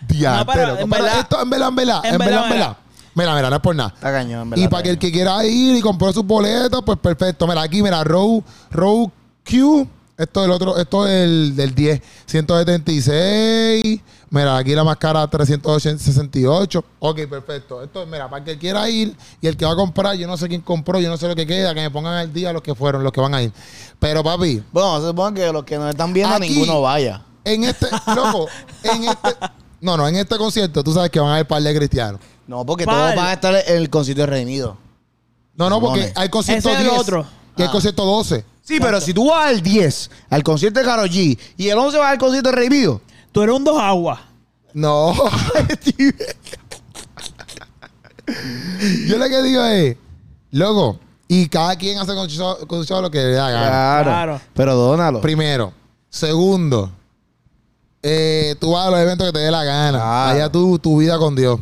Diante, pero loco. en Pero verdad- esto, en verdad, en verdad, en verdad, en verdad. Mira, mira, no es por nada. Está cañón, en verdad. Y para que el que quiera ir y comprar sus boletos, pues perfecto. Mira, aquí, mira, Row, Row Q. Esto del otro, esto del, del 10, 176. Mira, aquí la máscara 368. Ok, perfecto. Esto, mira, para el que quiera ir y el que va a comprar, yo no sé quién compró, yo no sé lo que queda, que me pongan al día los que fueron, los que van a ir. Pero, papi, Bueno, se supone que los que nos están viendo, Aquí. ninguno vaya. en este, loco, en este. No, no, en este concierto, tú sabes que van a haber par de cristianos. No, porque Pal. todos van a estar en el concierto de redimido. No, no, porque Supone. hay concierto Ese es el 10 otro. y hay Ah. concierto 12. Sí, pero si tú vas al 10, al concierto de Karol G, y el 11 vas al concierto de redimido. Tú eres un dos aguas. No. Yo lo que digo es, loco, y cada quien hace con su show- con su show lo que le da gana. Claro. Claro. Pero dónalo. Primero. Segundo, eh, tú vas a los eventos que te dé la gana. Claro. Allá tú, tu vida con Dios.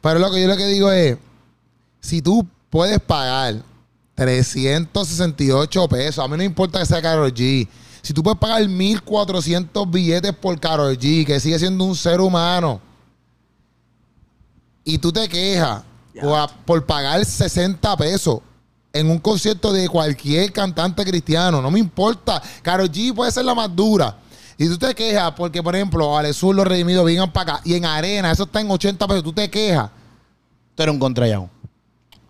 Pero lo que yo lo que digo es, si tú puedes pagar 368 pesos, a mí no importa que sea Karol G. Si tú puedes pagar 1.400 billetes por Karol G, que sigue siendo un ser humano, y tú te quejas o a- por pagar 60 pesos en un concierto de cualquier cantante cristiano, no me importa. Karol G puede ser la más dura. Y tú te quejas porque, por ejemplo, Alesur, los redimidos, vengan para acá. Y en arena, eso está en 80 pesos. Tú te quejas. Tú eres un contrayao.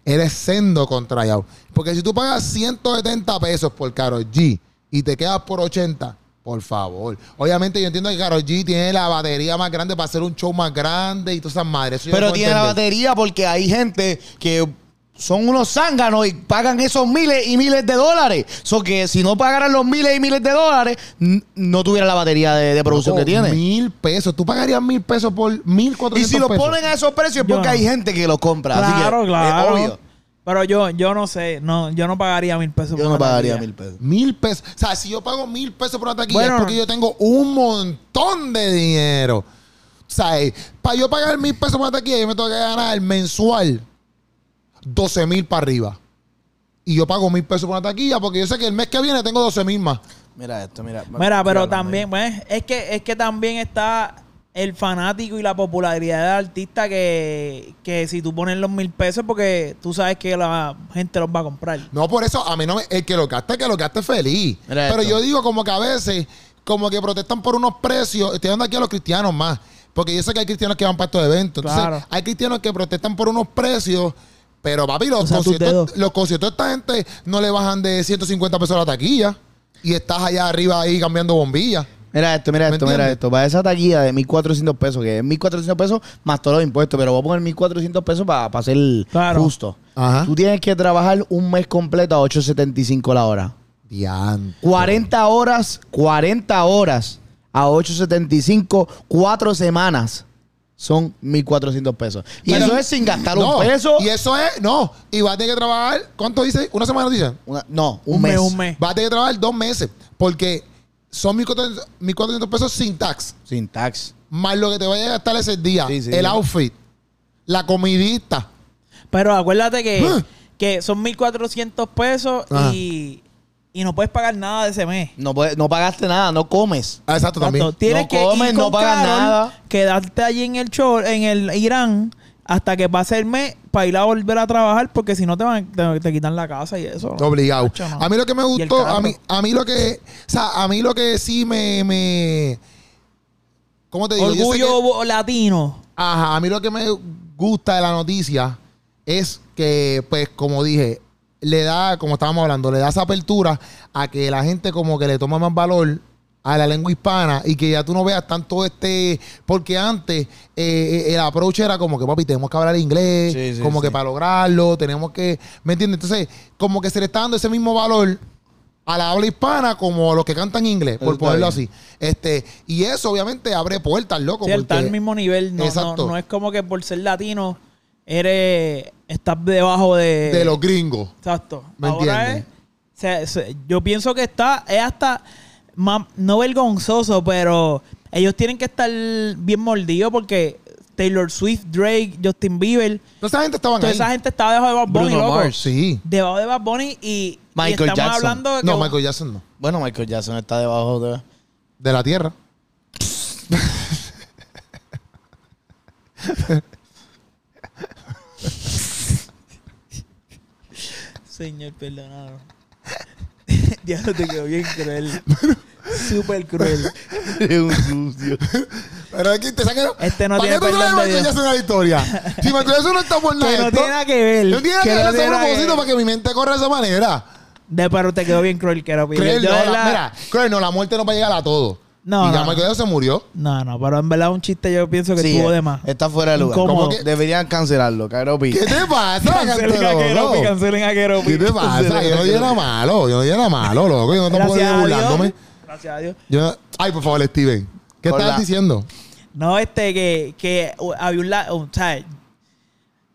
Eres sendo contra Yao. Porque si tú pagas 170 pesos por Karol G y te quedas por 80, por favor. Obviamente yo entiendo que Karol G tiene la batería más grande para hacer un show más grande y todas esas madres. Eso yo lo Pero puedo tiene la entender. batería porque hay gente que son unos zánganos y pagan esos miles y miles de dólares. So que si no pagaran los miles y miles de dólares, n- no tuviera la batería de, de producción que Loco, tiene. Mil pesos. Tú pagarías mil pesos por mil Y cuatrocientos si lo pesos? ponen a esos precios es porque Yo no. hay gente que lo compra. Así que, Claro, es claro. obvio. Pero yo, yo no sé, no, yo no pagaría mil pesos. Yo por no una pagaría taquilla. mil pesos. Mil pesos. O sea, si yo pago mil pesos por una taquilla Bueno. es porque yo tengo un montón de dinero. O sea, eh, para yo pagar mil pesos por una taquilla, yo me tengo que ganar mensual 12 mil para arriba. Y yo pago mil pesos por una taquilla porque yo sé que el mes que viene tengo 12 mil más. Mira esto, mira. Mira, Mira, pero también, pues, es que, es que también está el fanático y la popularidad del artista que, que si tú pones los mil pesos porque tú sabes que la gente los va a comprar. No, por eso a mí no me. El que lo gaste, que lo gaste feliz. Mira Pero esto. yo digo como que a veces, como que protestan por unos precios. Estoy dando aquí a los cristianos más. Porque yo sé que hay cristianos que van para estos eventos. Entonces, Claro. hay cristianos que protestan por unos precios. Pero, papi, los, O sea, tus conciertos, dedos. los conciertos de esta gente no le bajan de 150 pesos la taquilla. Y estás allá arriba ahí cambiando bombillas. Mira esto, mira ¿Me esto, mira entiendes? esto. Para esa taquilla de 1.400 pesos, que es 1.400 pesos más todos los impuestos, pero voy a poner 1.400 pesos para, ser Claro. justo. Ajá. Tú tienes que trabajar un mes completo a 8.75 la hora. Diante. 40 horas, 40 horas a 8.75, cuatro semanas son 1.400 pesos. Y Pero- eso es sin gastar No, un peso. Y eso es. No. Y vas a tener que trabajar. ¿Cuánto dice? ¿Una semana dice? Una- no, un, Un, mes, mes. un mes. Vas a tener que trabajar dos meses. Porque son 1.400 1.400 pesos sin tax. Sin tax. Más lo que te vaya a gastar ese día. Sí, sí. el outfit. La comidita. Pero acuérdate que, Ah. que son 1.400 pesos Ajá. y, y no puedes pagar nada de ese mes. No, puedes- no pagaste nada, no comes. Ah, exacto, Exacto. también. Tienes No que comes, ir no con pagas Carol, nada. quedarte allí en el show, en el Irán hasta que pase el mes para ir a volver a trabajar porque si no te van te, te quitan la casa y eso. ¿no? Obligado. Macho, no. A mí lo que me Y el gustó, a carro. mí, a mí lo que. O sea, a mí lo que sí me. me ¿Cómo te digo? Yo sé Orgullo que- bo- latino. Ajá, a mí lo que me gusta de la noticia es que, pues, como dije, le da, como estábamos hablando, le da esa apertura a que la gente como que le toma más valor a la lengua hispana y que ya tú no veas tanto este, porque antes eh, eh, el approach era como que, papi, tenemos que hablar inglés, Sí, sí, como sí. que para lograrlo, tenemos que, ¿me entiendes? Entonces, como que se le está dando ese mismo valor a la habla hispana como los que cantan inglés, Eso por está ponerlo bien. así. este Y eso obviamente abre puertas, loco. Sí, está porque- al mismo nivel. No, no, Exacto. no es como que por ser latino eres estás debajo de, de los gringos. Exacto. ¿Me Ahora es, entiendes? se- se- yo pienso que está, es hasta, ma- no vergonzoso, pero ellos tienen que estar bien mordidos porque Taylor Swift, Drake, Justin Bieber, Toda esa gente estaban toda ahí. esa gente estaba debajo de Bad Bunny, Bruno loco. Mars. Sí. Debajo de Bad Bunny y, y Michael estamos Jackson. hablando de que No, un- Michael Jackson no. Bueno, Michael Jackson está debajo de... De la tierra. Señor, perdonado. Diablo, te quedó bien cruel. Súper cruel. Es un sucio. Pero aquí te sacan. Este no ¿Para tiene qué tú traes perdón de Michael Dios. Jackson a la historia? Si Michael Jackson no está por nada. que no esto, tiene nada que ver. no tiene nada que ver ese propósito para que mi mente corra de esa manera. De pero te quedó bien cruel, quiero opinar. Creer, Yo no, de la, la- mira, creer, no, la muerte no va a llegar a todo. No, Y ya no. Michael Jackson se murió. No, no, pero en verdad un chiste yo pienso que estuvo de más. eh, Está fuera de lugar. Incómodo. Como que deberían cancelarlo, Cairopi. ¿Qué te pasa, Cancelen a Cantero, Keropi, loco? cancelen a Keropi. ¿Qué te pasa? Yo no dije nada malo. Yo no dije nada malo, loco. Yo no tampoco Gracias dije a Dios. burlándome. Gracias a Dios. Yo no- Ay, por favor, Steven. ¿Qué Hola. estabas diciendo? No, este, que, que uh, había un... la- o sea,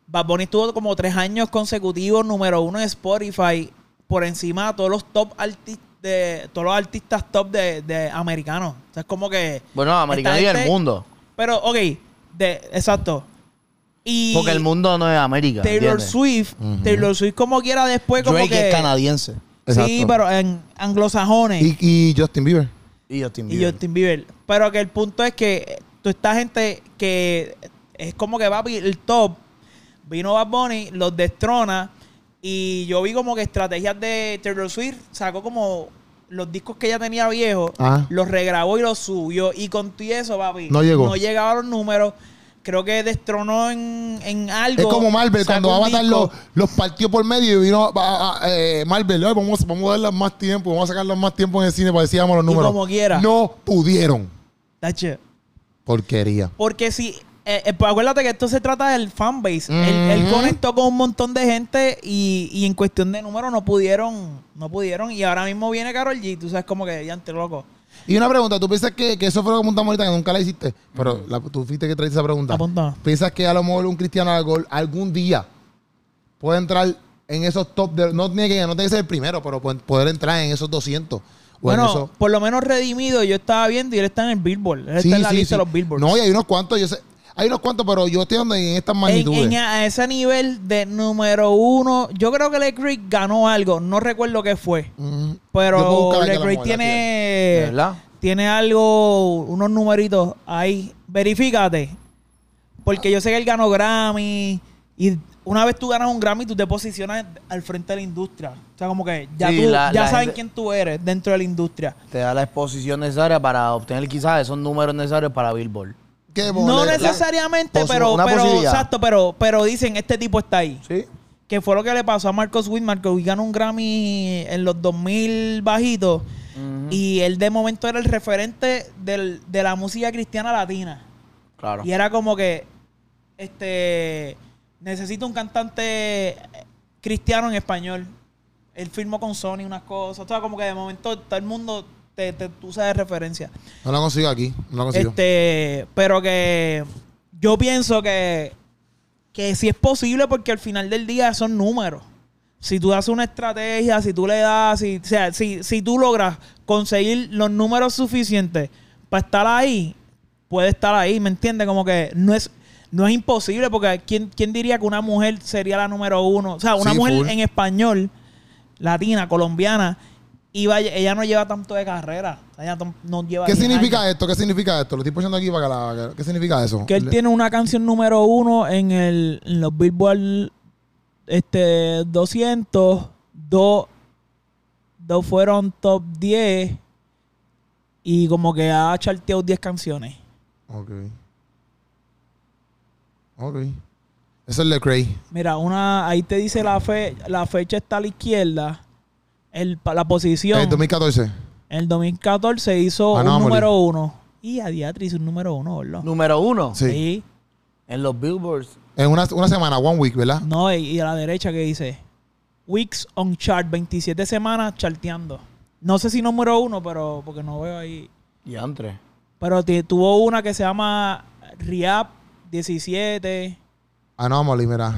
Bad Bunny estuvo como tres años consecutivos número uno en Spotify por encima de todos los top artistas de todos los artistas top de, de americanos. O sea, es como que. Bueno, americano esta y el gente- mundo. Pero, ok, de, exacto. Y Porque el mundo no es América. Taylor ¿entiendes? Swift, Taylor Swift como quiera después, como Drake que. es canadiense. Sí, pero en anglosajones. Y, y Justin Bieber. Y Justin y Bieber. Justin Bieber. Pero que el punto es que tú esta gente que es como que va el top, vino Bad Bunny, los destrona y yo vi como que estrategias de Taylor Swift, sacó como los discos que ella tenía viejos, Ah. los regrabó y los subió y con todo eso, papi, No llegó. no llegaba a los números. Creo que destronó en, en algo. Es como Marvel, sacó cuando un Avatar disco. los, los partió por medio y vino a- a- eh, Marvel, "Ay, vamos, vamos a darles más tiempo, vamos a sacarlas más tiempo en el cine para decíamos los Y números. como quiera. No pudieron. Tache, Porquería. Porque si. eh, eh, pues acuérdate que esto se trata del fanbase. él, él Ujú. conectó con un montón de gente y, y en cuestión de números no pudieron. No pudieron. Y ahora mismo viene Carol G. Tú sabes como que ya entre loco. Y una pregunta, ¿tú piensas que, que eso fue lo que preguntamos ahorita, que nunca la hiciste? Pero la- tú fuiste que traes esa pregunta. Mm. Apunta. ¿Piensas que a lo mejor un cristiano algo- algún día puede entrar en esos top? De, no, tiene que, no tiene que ser el primero, pero puede- poder entrar en esos 200. O Bueno, en esos, por lo menos redimido, yo estaba viendo y él está en el Billboard. Él está en la lista de los Billboards. No, y hay unos cuantos, yo sé. Hay unos cuantos, pero yo estoy donde en estas en, magnitudes. en- a ese nivel de número uno, yo creo que Creek ganó algo. No recuerdo qué fue. Mm. Yo puedo Pero buscar aquí a la Creek mujer, tiene. ¿Verdad? tiene algo, unos numeritos ahí. Verifícate. Porque yo sé que él ganó Grammy. Y una vez tú ganas un Grammy, tú te posicionas al frente de la industria. O sea, como que ya, Sí, tú, la- ya la saben gente- quién tú eres dentro de la industria. Te da la exposición necesaria para obtener quizás esos números necesarios para Billboard. Qué no boleta. necesariamente, posi- pero, una pero posibilidad. exacto, pero, pero dicen, este tipo está ahí. Sí. Que fue lo que le pasó a Marcos Witt. Marcos Witt ganó un Grammy en los 2000 bajitos. Y él de momento era el referente del- de la música cristiana latina. Claro. Y era como que, este, necesito un cantante cristiano en español. Él firmó con Sony unas cosas. O sea, como que de momento todo el mundo te, te usa de referencia. No la consigo aquí. No la consigo. Este, pero que yo pienso que, que sí es posible porque al final del día son números. Si tú haces una estrategia, si tú le das, si, o sea, si, si tú logras conseguir los números suficientes para estar ahí, puede estar ahí, ¿me entiendes? Como que no es, no es imposible porque ¿quién, ¿quién diría que una mujer sería la número uno? O sea, una Sí, mujer full. en español latina, colombiana, iba, ella no lleva tanto de carrera. Ella tam- no lleva ¿Qué 10 significa años. esto? ¿Qué significa esto? Lo estoy poniendo aquí para que la... ¿Qué significa eso? Que él Le- tiene una canción número uno en, el, en los Billboard este, 200. Dos, dos fueron top 10. Y como que ha charteado 10 canciones. Ok. Ok. Eso es Lecrae. Mira, una ahí te dice la fe, la fecha está a la izquierda. El, pa- la posición. El Ah, 2014. En el 2014 hizo un Anomaly. número uno. Y a Diatri hizo un número uno, ¿verdad? Número uno. Sí. Sí. En los Billboards. En una, una semana, one week, ¿verdad? No, y- y a la derecha que dice Weeks on chart, 27 semanas charteando. No sé si número uno, pero porque no veo ahí. Y entre. Pero ti- tuvo una que se llama Riap 17. Anomaly, mira.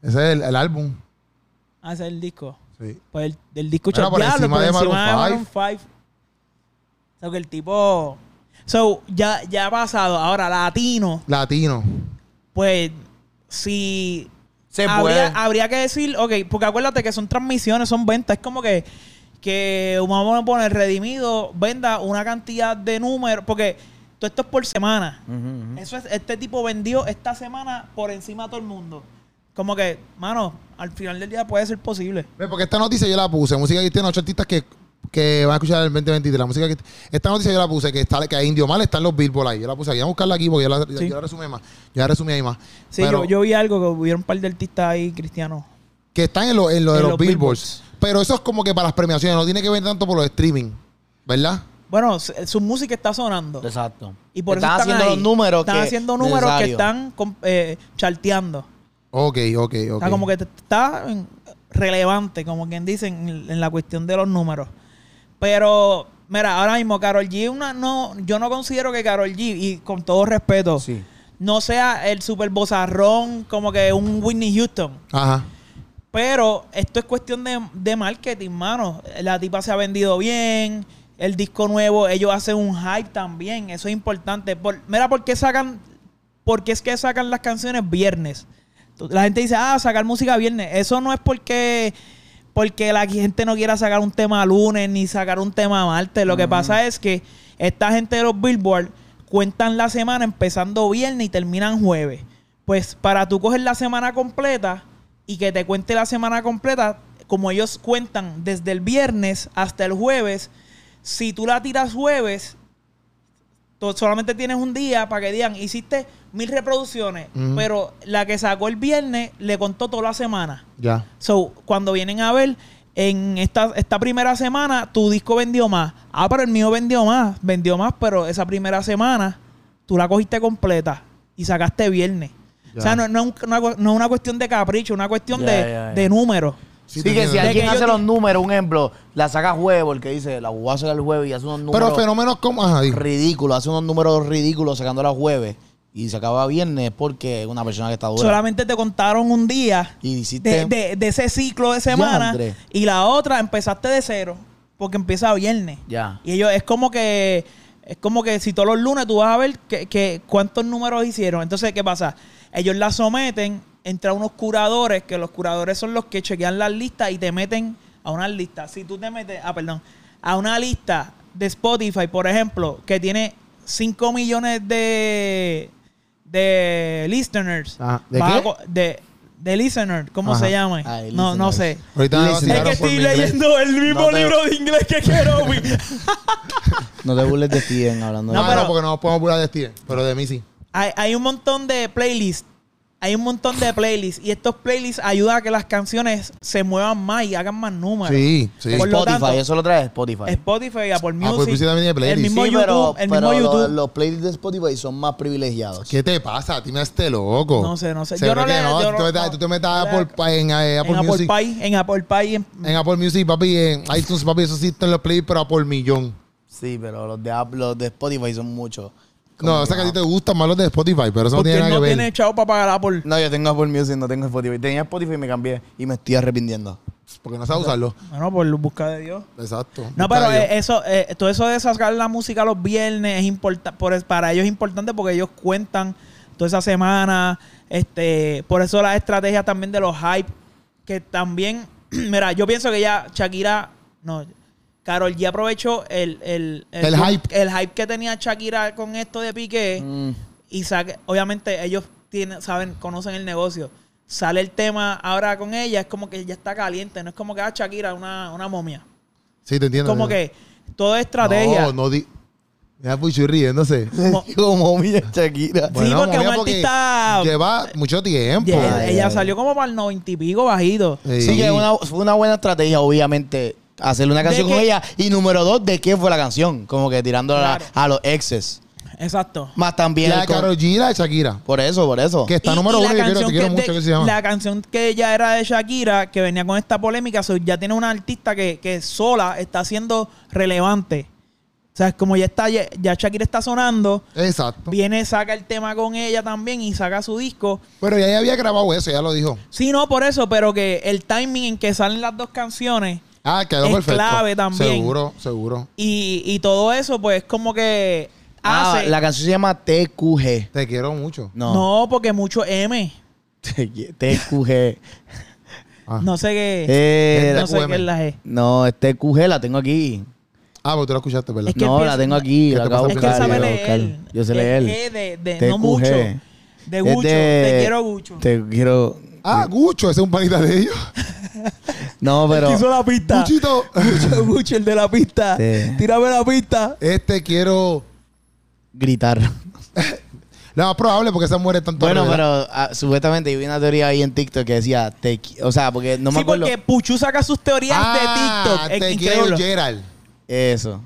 Ese es el, el álbum. Ah, ese es el disco. Sí. Pues el, del disco Mira, por Chartearlo, encima por de encima de Maroon Maroon 5. O sea, que el tipo. So, ya, ya ha pasado. Ahora, latino, Latino. pues si Se habría, puede. habría que decir, ok, porque acuérdate que son transmisiones, son ventas. Es como que, que vamos a poner redimido, venda una cantidad de números, porque todo esto es por semana. Ujú, ujú. Eso es, este tipo vendió esta semana por encima de todo el mundo. Como que, mano, al final del día puede ser posible. Ve, Porque esta noticia yo la puse. Música cristiana, ocho artistas que, que van a escuchar el 2023. La música cristiana. Esta noticia yo la puse, que está que a Indio Mal están los Billboard ahí. Yo la puse aquí. Voy a buscarla aquí porque yo la, Sí. yo la resumí más. Yo la resumí ahí más. Sí, Pero- yo, yo vi algo que hubieron un par de artistas ahí cristianos. que están en lo, en lo de En los, los billboards. Pero eso es como que para las premiaciones, no tiene que ver tanto por los streaming, ¿verdad? Bueno, su, su música está sonando. Exacto. Y por están eso haciendo ahí. los números. Están que- haciendo números necesarios. que están com- eh, charteando. Ok, ok, ok. O sea, Ah, como que te- está en- relevante, como quien dice, en, en la cuestión de los números. Pero, mira, ahora mismo, Carol G, una, no, yo no considero que Carol G, y con todo respeto, Sí. no sea el super bozarrón como que un Whitney Houston. Ajá. Pero esto es cuestión de, de marketing, mano. La tipa se ha vendido bien. El disco nuevo, ellos hacen un hype también. Eso es importante. Por- mira por qué sacan. Porque es que sacan las canciones viernes. Tú- La gente dice, ah, sacar música viernes. Eso no es porque. Porque la gente no quiera sacar un tema lunes ni sacar un tema martes. Lo que pasa es que esta gente de los Billboard cuentan la semana empezando viernes y terminan jueves. Pues para tú coger la semana completa, y que te cuente la semana completa, como ellos cuentan desde el viernes hasta el jueves, si tú la tiras jueves, tú solamente tienes un día para que digan, hiciste mil reproducciones, Ujú. pero la que sacó el viernes le contó toda la semana. Ya. So, cuando vienen a ver, en esta, esta primera semana tu disco vendió más. Ah, pero el mío vendió más, vendió más, pero esa primera semana tú la cogiste completa y sacaste viernes. Ya. O sea, no, no es un- no es no es una cuestión de capricho, una cuestión Ya, de, ya, ya. de números. Sí, te Sí, que entiendo. si De alguien que yo hace te- los números, un ejemplo, la saca jueves, el que dice, la jugó a sacar el jueves y hace unos números Pero fenómenos como. Ajá, digo. ridículos, hace unos números ridículos sacándola jueves y se acaba viernes porque es una persona que está dura. Solamente te contaron un día y de, hiciste de- de ese ciclo de semana Diandre. y la otra empezaste de cero porque empieza viernes. Ya. Y ellos es como que es como que si todos los lunes tú vas a ver que, que cuántos números hicieron. Entonces, ¿qué pasa? Ellos la someten entre unos curadores, que los curadores son los que chequean las listas y te meten a una lista. Si tú te metes, ah, perdón, a una lista de Spotify, por ejemplo, que tiene 5 millones de de listeners. Ajá. Ah, ¿De vas a qué? co- de, de listener, ¿cómo Ajá. se llama? Ah, el no, no sé. listener. Ahorita me Es Es vacilaron que por estoy mi inglés. leyendo el mismo No te- libro de inglés que quiero. mi- No te burles de Steven hablando No, No, no, de pero- porque no podemos burlar de Steven, pero de mí sí. hay, hay un montón de playlists. Hay un montón de playlists. Y estos playlists ayudan a que las canciones se muevan más y hagan más números. Sí, sí. por lo Spotify, tanto- eso lo trae Spotify. Spotify, Apple Music. pues sí, también tiene el playlists. mismo Sí, YouTube. pero- el pero mismo lo- YouTube. Los, playlists de Spotify son más privilegiados. ¿Qué te pasa? A ti me haces loco. No sé, no sé. Se Yo ve no que le- yo tú, no- te metas- no. tú te metas a Yo le- Apple, Pie- en, eh, Apple en Apple Music. Pie. En Apple Pie. en- En Apple Music, papi, en iTunes, papi, eso sí está en los play, pero a por millón. Sí, pero los de, Apple- los de Spotify son muchos. Como No, o sea que a ti te gustan más los de Spotify, pero eso no porque tiene él nada no que ver. tiene chavo para pagar Apple. No, yo tengo Apple Music, no tengo Spotify. Tenía Spotify y me cambié. Y me estoy arrepintiendo. Porque no sabes usarlo. Bueno, por busca de Dios. Exacto. No, Busca pero a Dios. eh, eso, eh, todo eso de sacar la música los viernes es importa- por es- para ellos es importante porque ellos cuentan toda esa semana. Este, por eso las estrategias también de los hype. Que también, mira, yo pienso que ya Shakira, no, Carol ya aprovechó el, el, El hype. Mm. el hype que tenía Shakira con esto de Piqué. Y saque- obviamente ellos tienen, saben, conocen el negocio. Sale el tema ahora con ella, es como que ya está caliente, no es como que ah, Shakira, una, una momia. Sí, te entiendo. Como te entiendo. que todo es estrategia. No, no di. Mira, Puchu riéndose. Mo- Como mi Shakira. porque mami, un artista- Lleva mucho tiempo. Ya, Ay, ella ay, salió como para el noventa y pico bajito. Eh, Sí, que una- fue una buena estrategia, obviamente, hacerle una ¿De canción con qué? ella. Y número dos, ¿de qué fue la canción? Como que tirándola Claro. a los exes. Exacto. Más también... La de el co- Karol G y la de Shakira. Por eso, por eso. Que está Y- número y uno, la yo quiero, te canción quiero que mucho, de- que se llama. La canción que ella era de Shakira, que venía con esta polémica, so, ya tiene una artista que, que sola está siendo relevante. O sea, es como ya está, ya, ya Shakira está sonando, Exacto. viene, saca el tema con ella también y saca su disco. Pero ya ella había grabado eso, ya lo dijo. Sí, no por eso, pero que el timing en que salen las dos canciones Ah, quedó Es perfecto. clave también. Seguro, seguro. y, y todo eso, pues como que Ah, hace. la canción se llama TQG. Te quiero mucho. No. No, porque mucho M. TQG. Ah, No sé qué. Eh, no sé TQM. qué es la G. no, es TQG, la tengo aquí. ah pero tú lo escuchaste, ¿verdad? Es que él no, piensa- la tengo aquí. ¿Qué La te pasa? acabo de Es que buscar. él sabe la acabo de buscar. leer. Yo sé Es leer. G de, de- no TQG. mucho. De Es Gucho. de- Te quiero Gucho. Te quiero. Ah, Gucho, ese es un panita de ellos. No, pero. Quiso la pista. Guchito, Gucho, Gucho, el de la pista. Sí. Tírame la pista. este quiero. Gritar. Lo más probable porque esas mujeres tanto. Bueno, pero ah, supuestamente yo vi una teoría ahí en TikTok que decía. Te, qui- o sea, porque no me sí, acuerdo. porque Puchu saca sus teorías Ah, de TikTok. te Es quiero, increíble. Gerald. Eso.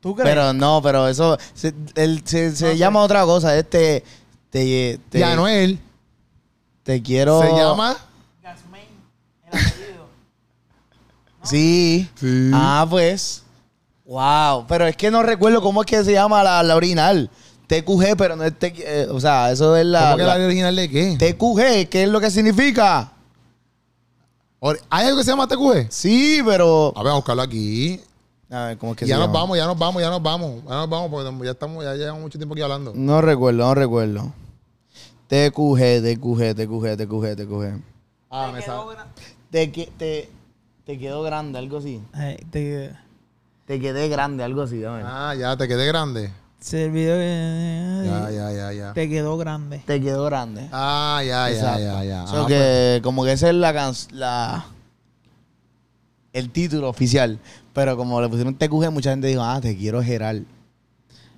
¿Tú crees? Pero no, pero eso. Se, el- se- se No sé. llama otra cosa. Este. Te, te, Ya no él. te quiero. Se llama. Gasmain, el apellido. Sí. Sí. Ah, pues. Wow. Pero es que no recuerdo cómo es que se llama la, la original. TQG, pero no es TQ. eh, o sea, eso es la. ¿Cómo que la la- original de qué? TQG, ¿qué es lo que significa? Or- ¿Hay algo que se llama TQG? Sí, pero. A ver, a buscarlo aquí. A ver, ¿cómo es que Ah, Ya se nos llama? vamos, ya nos vamos, ya nos vamos. Ya nos vamos porque ya estamos, ya llevamos mucho tiempo aquí hablando. No recuerdo, no recuerdo. TQG, TQG, TQG, TQG, TQG. Ah, me sale. Te, que- te, te quedó grande, algo así. Ay, te- Te quedé grande, algo así. a ver. Ah, ya te quedé grande. se olvidó que- Ya, ya, ya, ya. Te quedó grande. Te quedó grande. Ah, ya, ya, Exacto. ya, ya. So Ah, que, como que esa es la canc- la el título oficial. Pero como le pusieron TQG, mucha gente dijo, ah, te quiero Gerald.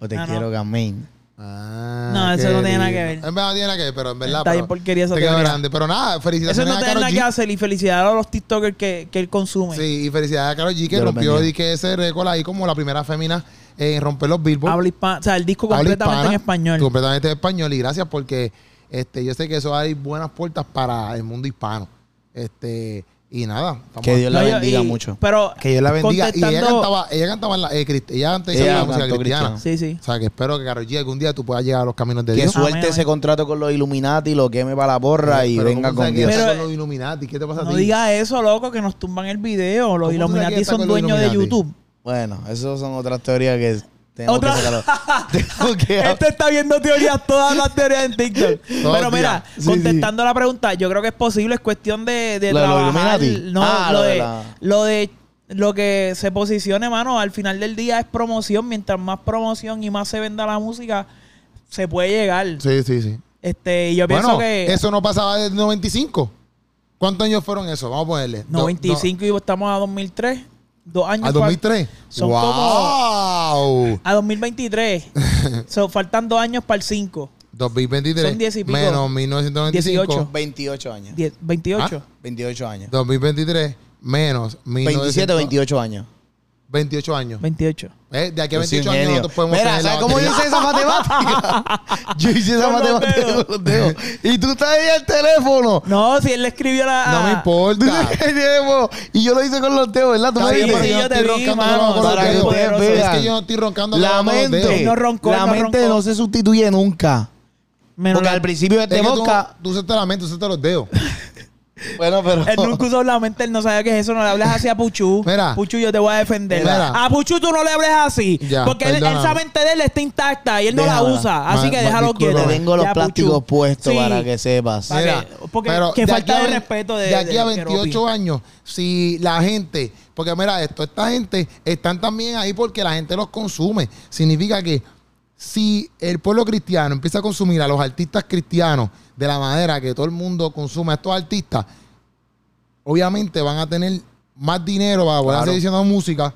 O te Ah, no. quiero Gamin. Ah, No, eso qué no tiene nada que lindo. ver. En verdad no tiene nada que ver, pero en verdad. Está bien pero porquería esa te quedó teoría. grande. Pero nada, Eso felicidades no a tiene Karol nada que G. hacer y felicidad a los TikTokers que, que él consume. Sí, y felicidades a Karol G que Dios los rompió bendiga. di que ese récord ahí como la primera fémina en romper los billboards. Habla hispana, o sea, el disco Habla completamente hispana, en español. Completamente en español. Y gracias porque este, yo sé que eso hay buenas puertas para el mundo hispano. Este, y nada. estamos- Que Dios la No, yo- bendiga y- mucho. Pero que Dios la bendiga. Y ella contestando- cantaba, ella cantaba en la, eh, crist- ella antes Ella hizo la cantó música cristiana. Sí, cristiano. sí. O sea que espero que Karol G algún día tú puedas llegar a los caminos de Que Dios. suelte Amén, ese amén. contrato con los Illuminati, lo queme para la porra y Eh, Pero venga ¿cómo tú con sabes que Dios. esos Pero- son los Illuminati, ¿qué te pasa a ti? No diga eso, loco, que nos tumban el video. ¿Cómo Los tú sabes que Illuminati está son con los dueños de Illuminati? YouTube. Bueno, esas son otras teorías que tenemos Otra- que sacarlo. Tengo que- Este está viendo teorías, todas las teorías en TikTok. Todos Pero mira, días. Sí, contestando la pregunta, yo creo que es posible, es cuestión de, de Lo de los trabajar, Illuminati. No, Ah, lo, lo de de, la- lo de lo que se posicione, mano, al final del día es promoción. Mientras más promoción y más se venda la música, se puede llegar. Sí, sí, sí. Este, y yo Bueno, pienso que eso no pasaba desde el 95. ¿Cuántos años fueron eso? Vamos a ponerle. Do- 95 y estamos a 2003, dos do- años ¿A para- 2003? Son ¡Wow! a 2023. so, faltan dos años para el 5. 2023. Son diez y pico. Menos 1995. 18. 28 años. 28. Ah. 28 años. 2023 menos 27 o 1928 28 años. 28 años. 28. Eh, de aquí a Yo soy 28 años un genio. nosotros podemos Mira, tener la ¿sabes cómo yo batería. hice esa matemática? yo hice esa Con los matemática dedos. con los dedos. Y tú estás ahí al teléfono. No, si él le escribió la. No me importa. y yo lo hice con los dedos, ¿verdad? Tú Ah. Está me bien, Sí, pero sí, yo no estoy yo te vi, dijiste. roncando mano, con los para que dedos. ustedes Es vean. que yo no estoy roncando La con los dedos. mente. No roncó, la no mente roncó. no se sustituye nunca. Menos Porque la- al principio de Es que este tú, boca. tú usaste la mente, usaste los dedos. Bueno, pero. Él nunca usó la mente, él no sabía qué es eso. No le hables así a Puchu. Mira. Puchu, yo te voy a defender. Mira. A Puchu tú no le hables así. Ya, porque él, perdóname. esa mente de él está intacta y él no la Déjala. usa. Así Ma- que ma- déjalo disculpa. quieto. Te tengo los Ya, plásticos Puchu. puestos Sí. para que sepas. Pa- Mira, que- porque- pero que aquí falta a de ve- respeto de- de aquí a de Keropi. 28 años, si la gente, porque mira esto, esta gente están también ahí porque la gente los consume. Significa que si el pueblo cristiano empieza a consumir a los artistas cristianos de la manera que todo el mundo consume a estos artistas, obviamente van a tener más dinero para poder Claro. seguir haciendo música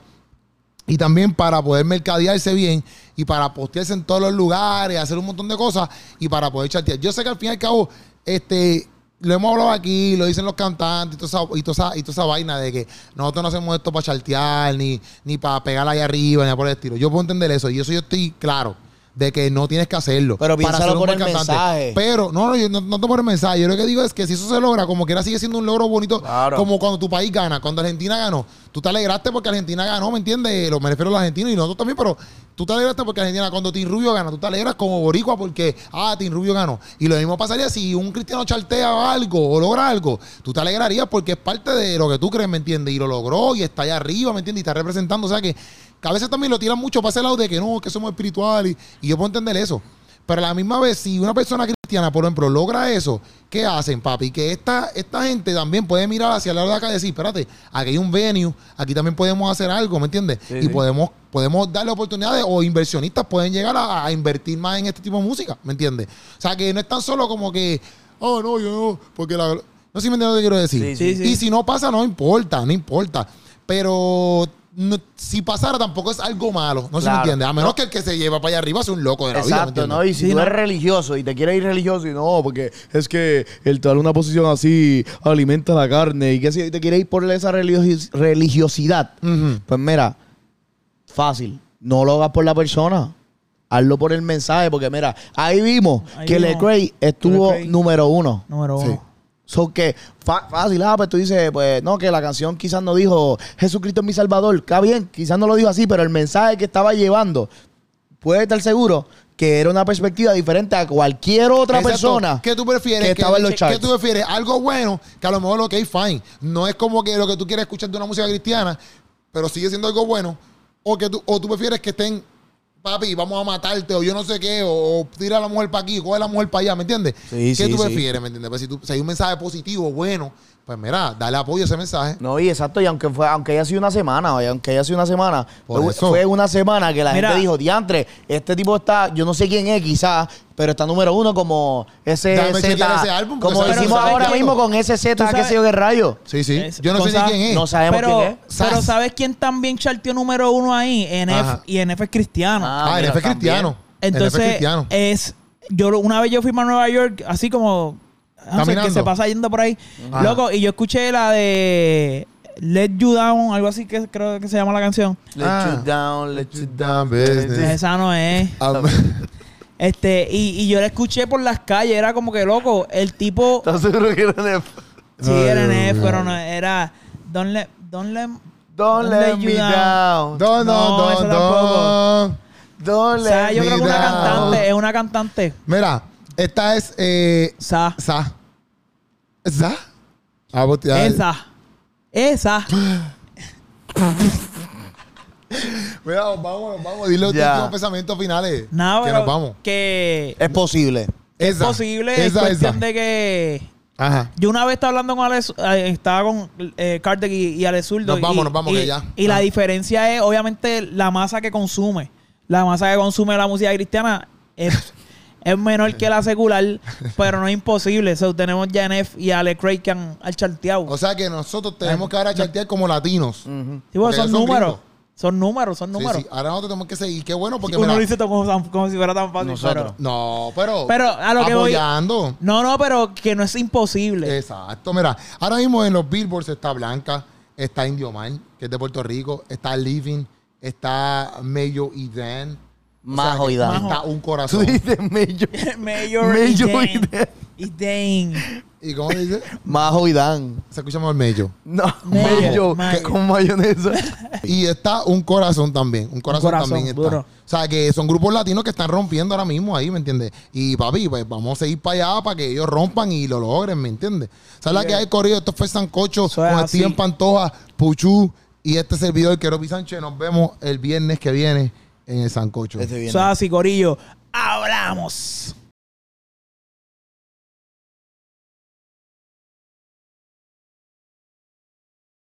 y también para poder mercadearse bien y para postearse en todos los lugares, hacer un montón de cosas y para poder chatear. Yo sé que al fin y al cabo, este, lo hemos hablado aquí, lo dicen los cantantes y toda esa, y toda esa, y toda esa vaina de que nosotros no hacemos esto para chartear, ni, ni para pegar ahí arriba, ni nada por el estilo. Yo puedo entender eso y eso yo estoy claro de que no tienes que hacerlo. Pero piénsalo ser un por buen el mensaje. Pero, no, no, yo no, no te por el mensaje. Yo lo que digo es que si eso se logra, como quiera sigue siendo un logro bonito, Claro. como como cuando tu país gana, cuando Argentina ganó, tú te alegraste porque Argentina ganó, ¿me entiendes? Lo me refiero a los argentinos y nosotros también, pero tú te alegraste porque Argentina, cuando Tim Rubio gana, tú te alegras como boricua porque, ah, Tim Rubio ganó. Y lo mismo pasaría si un cristiano chartea algo o logra algo, tú te alegrarías porque es parte de lo que tú crees, ¿me entiendes? Y lo logró y está allá arriba, ¿me entiendes? Y está representando, o sea que, que a veces también lo tiran mucho para ese lado de que no, que somos espirituales y, y yo puedo entender eso. Pero a la misma vez, si una persona cristiana, por ejemplo, logra eso, ¿qué hacen, papi? Que esta, esta gente también puede mirar hacia el lado de acá y decir, espérate, aquí hay un venue, aquí también podemos hacer algo, ¿me entiendes? y sí. podemos podemos darle oportunidades o inversionistas pueden llegar a, a invertir más en este tipo de música, ¿me entiendes? O sea, que no es tan solo como que, oh, no, yo no, porque la... No sé si me entiendes lo que quiero decir. Sí, sí, sí. Y si no pasa, no importa, no importa. Pero... no- si pasara tampoco es algo malo, no sé si me Claro. entiendes. A menos que el que se lleva para allá arriba sea un loco de la vida. ¿me Exacto, entiendes? ¿no? Y si Sí, tú ¿no? eres religioso y te quieres ir religioso y no, porque es que el tomar una posición así alimenta la carne y que si te quieres ir por esa religio- religiosidad, Ujú. pues mira, fácil, no lo hagas por la persona. Hazlo por el mensaje, porque mira, ahí vimos Ahí que vimos. Lecrae estuvo Lecrae. número uno. Número Sí. uno. So que fa- fácil, ah, pues tú dices, pues no, que la canción quizás no dijo Jesucristo es mi salvador. Está bien, quizás no lo dijo así, pero el mensaje que estaba llevando, puede estar seguro que era una perspectiva diferente a cualquier otra Exacto. persona. ¿Qué tú prefieres? que estaba en los charts. ¿Qué tú prefieres? Algo bueno, que a lo mejor, ok, fine. No es como que lo que tú quieres escuchar de una música cristiana, pero sigue siendo algo bueno. O, que tú, o tú prefieres que estén, papi, vamos a matarte, o yo no sé qué, o, o tira a la mujer para aquí, coge a la mujer para allá, ¿me entiendes? Sí, ¿Qué sí, tú sí. prefieres, me entiendes? Pues si, tú- si hay un mensaje positivo, bueno, pues mira, dale apoyo a ese mensaje. No, y exacto, y aunque fue, aunque haya sido una semana, oye, aunque haya sido una semana, Por fue, eso. fue una semana que la Mira. gente dijo, diantre, este tipo está, yo no sé quién es quizás, pero está número uno como ese Dame chequear Z, ese álbum, porque como sabes- decimos pero ahora sabes mismo quién. con ese Z, Tú qué sabes- sé yo, qué rayo. Sí, sí. Es- yo no sé ni cosa- quién es. No sabemos pero, quién es. Sas. pero ¿sabes quién también charteó número uno ahí? Ajá. NF, y NF es cristiano. Ah, el mira, F es también. cristiano. El F es Entonces, eh, cristiano. es. Yo lo- una vez yo fui para Nueva York, así como. ah, no sé, Caminando. que se pasa yendo por ahí. Ajá. Loco, y yo escuché la de Let You Down, algo así que creo que se llama la canción. Let Ah. you down, let you down. Business. Esa no es. Am- Este, y, y yo la escuché por las calles, era como que loco, el tipo. ¿Estás seguro que era de- Sí, Ay, era NF, Dios pero mío. no, era. Don't let, don't let, Don't let you me down. Don, don, No, don, esa don. tampoco. Don't O let sea, yo me creo que una down. cantante, es una cantante. Mira, esta es eh, Sa. Sa. Sa. Ah, vos- ya- Esa. Esa. Mira, nos vamos, nos vamos. Dile los Ya. últimos pensamientos finales. Nada, que pero nos vamos. Que Es posible. es posible. es Esa, cuestión esa. de que. Ajá. Yo una vez estaba hablando con Alex, eh, estaba con eh, Kartek y, y Alex Zurdo. Nos vamos, y- nos vamos, y, que ya. Y Ah. la diferencia es, obviamente, la masa que consume. La masa que consume la música cristiana es, es menor que la secular, pero no es imposible. O sea, tenemos Janef y Alex Craig que han al charteado. O sea que nosotros tenemos que ahora chartear como latinos. Sí, porque porque son, son números. gringos. Son números, son Sí, números. sí. Ahora nosotros tenemos que seguir. Qué bueno porque Uno mira, lo dice como, tan- como si fuera tan fácil. Nosotros. pero- No, pero. Pero a lo que voy- Apoyando. no, no, pero que no es imposible. Exacto, mira, ahora mismo en los billboards está Blanca, está Indio Man, que es de Puerto Rico, está Living, está Mayo y Dan. O sea, Majo que y Dan. Está un Tú corazón. dices mello. Mayor, Mayor y y Dane. Dan. Y Dane. ¿Y cómo dice? Majo y Dan. Se escucha mejor Mayo. No, Mayo, mello mayo. con mayonesa. Y está un corazón también. Un corazón, corazón, también está. duro. O sea, que son grupos latinos que están rompiendo ahora mismo ahí, ¿me entiendes? Y papi, pues vamos a seguir para allá para que ellos rompan y lo logren, ¿me entiendes? ¿Sabes la que hay corrido? Esto fue Sancocho eh. Eso es con así. Steven Pantoja, Puchu y este servidor, Keropi Sánchez. Nos vemos el viernes que viene en el Sancocho. Este viene. Eso es así, Corillo. Hablamos.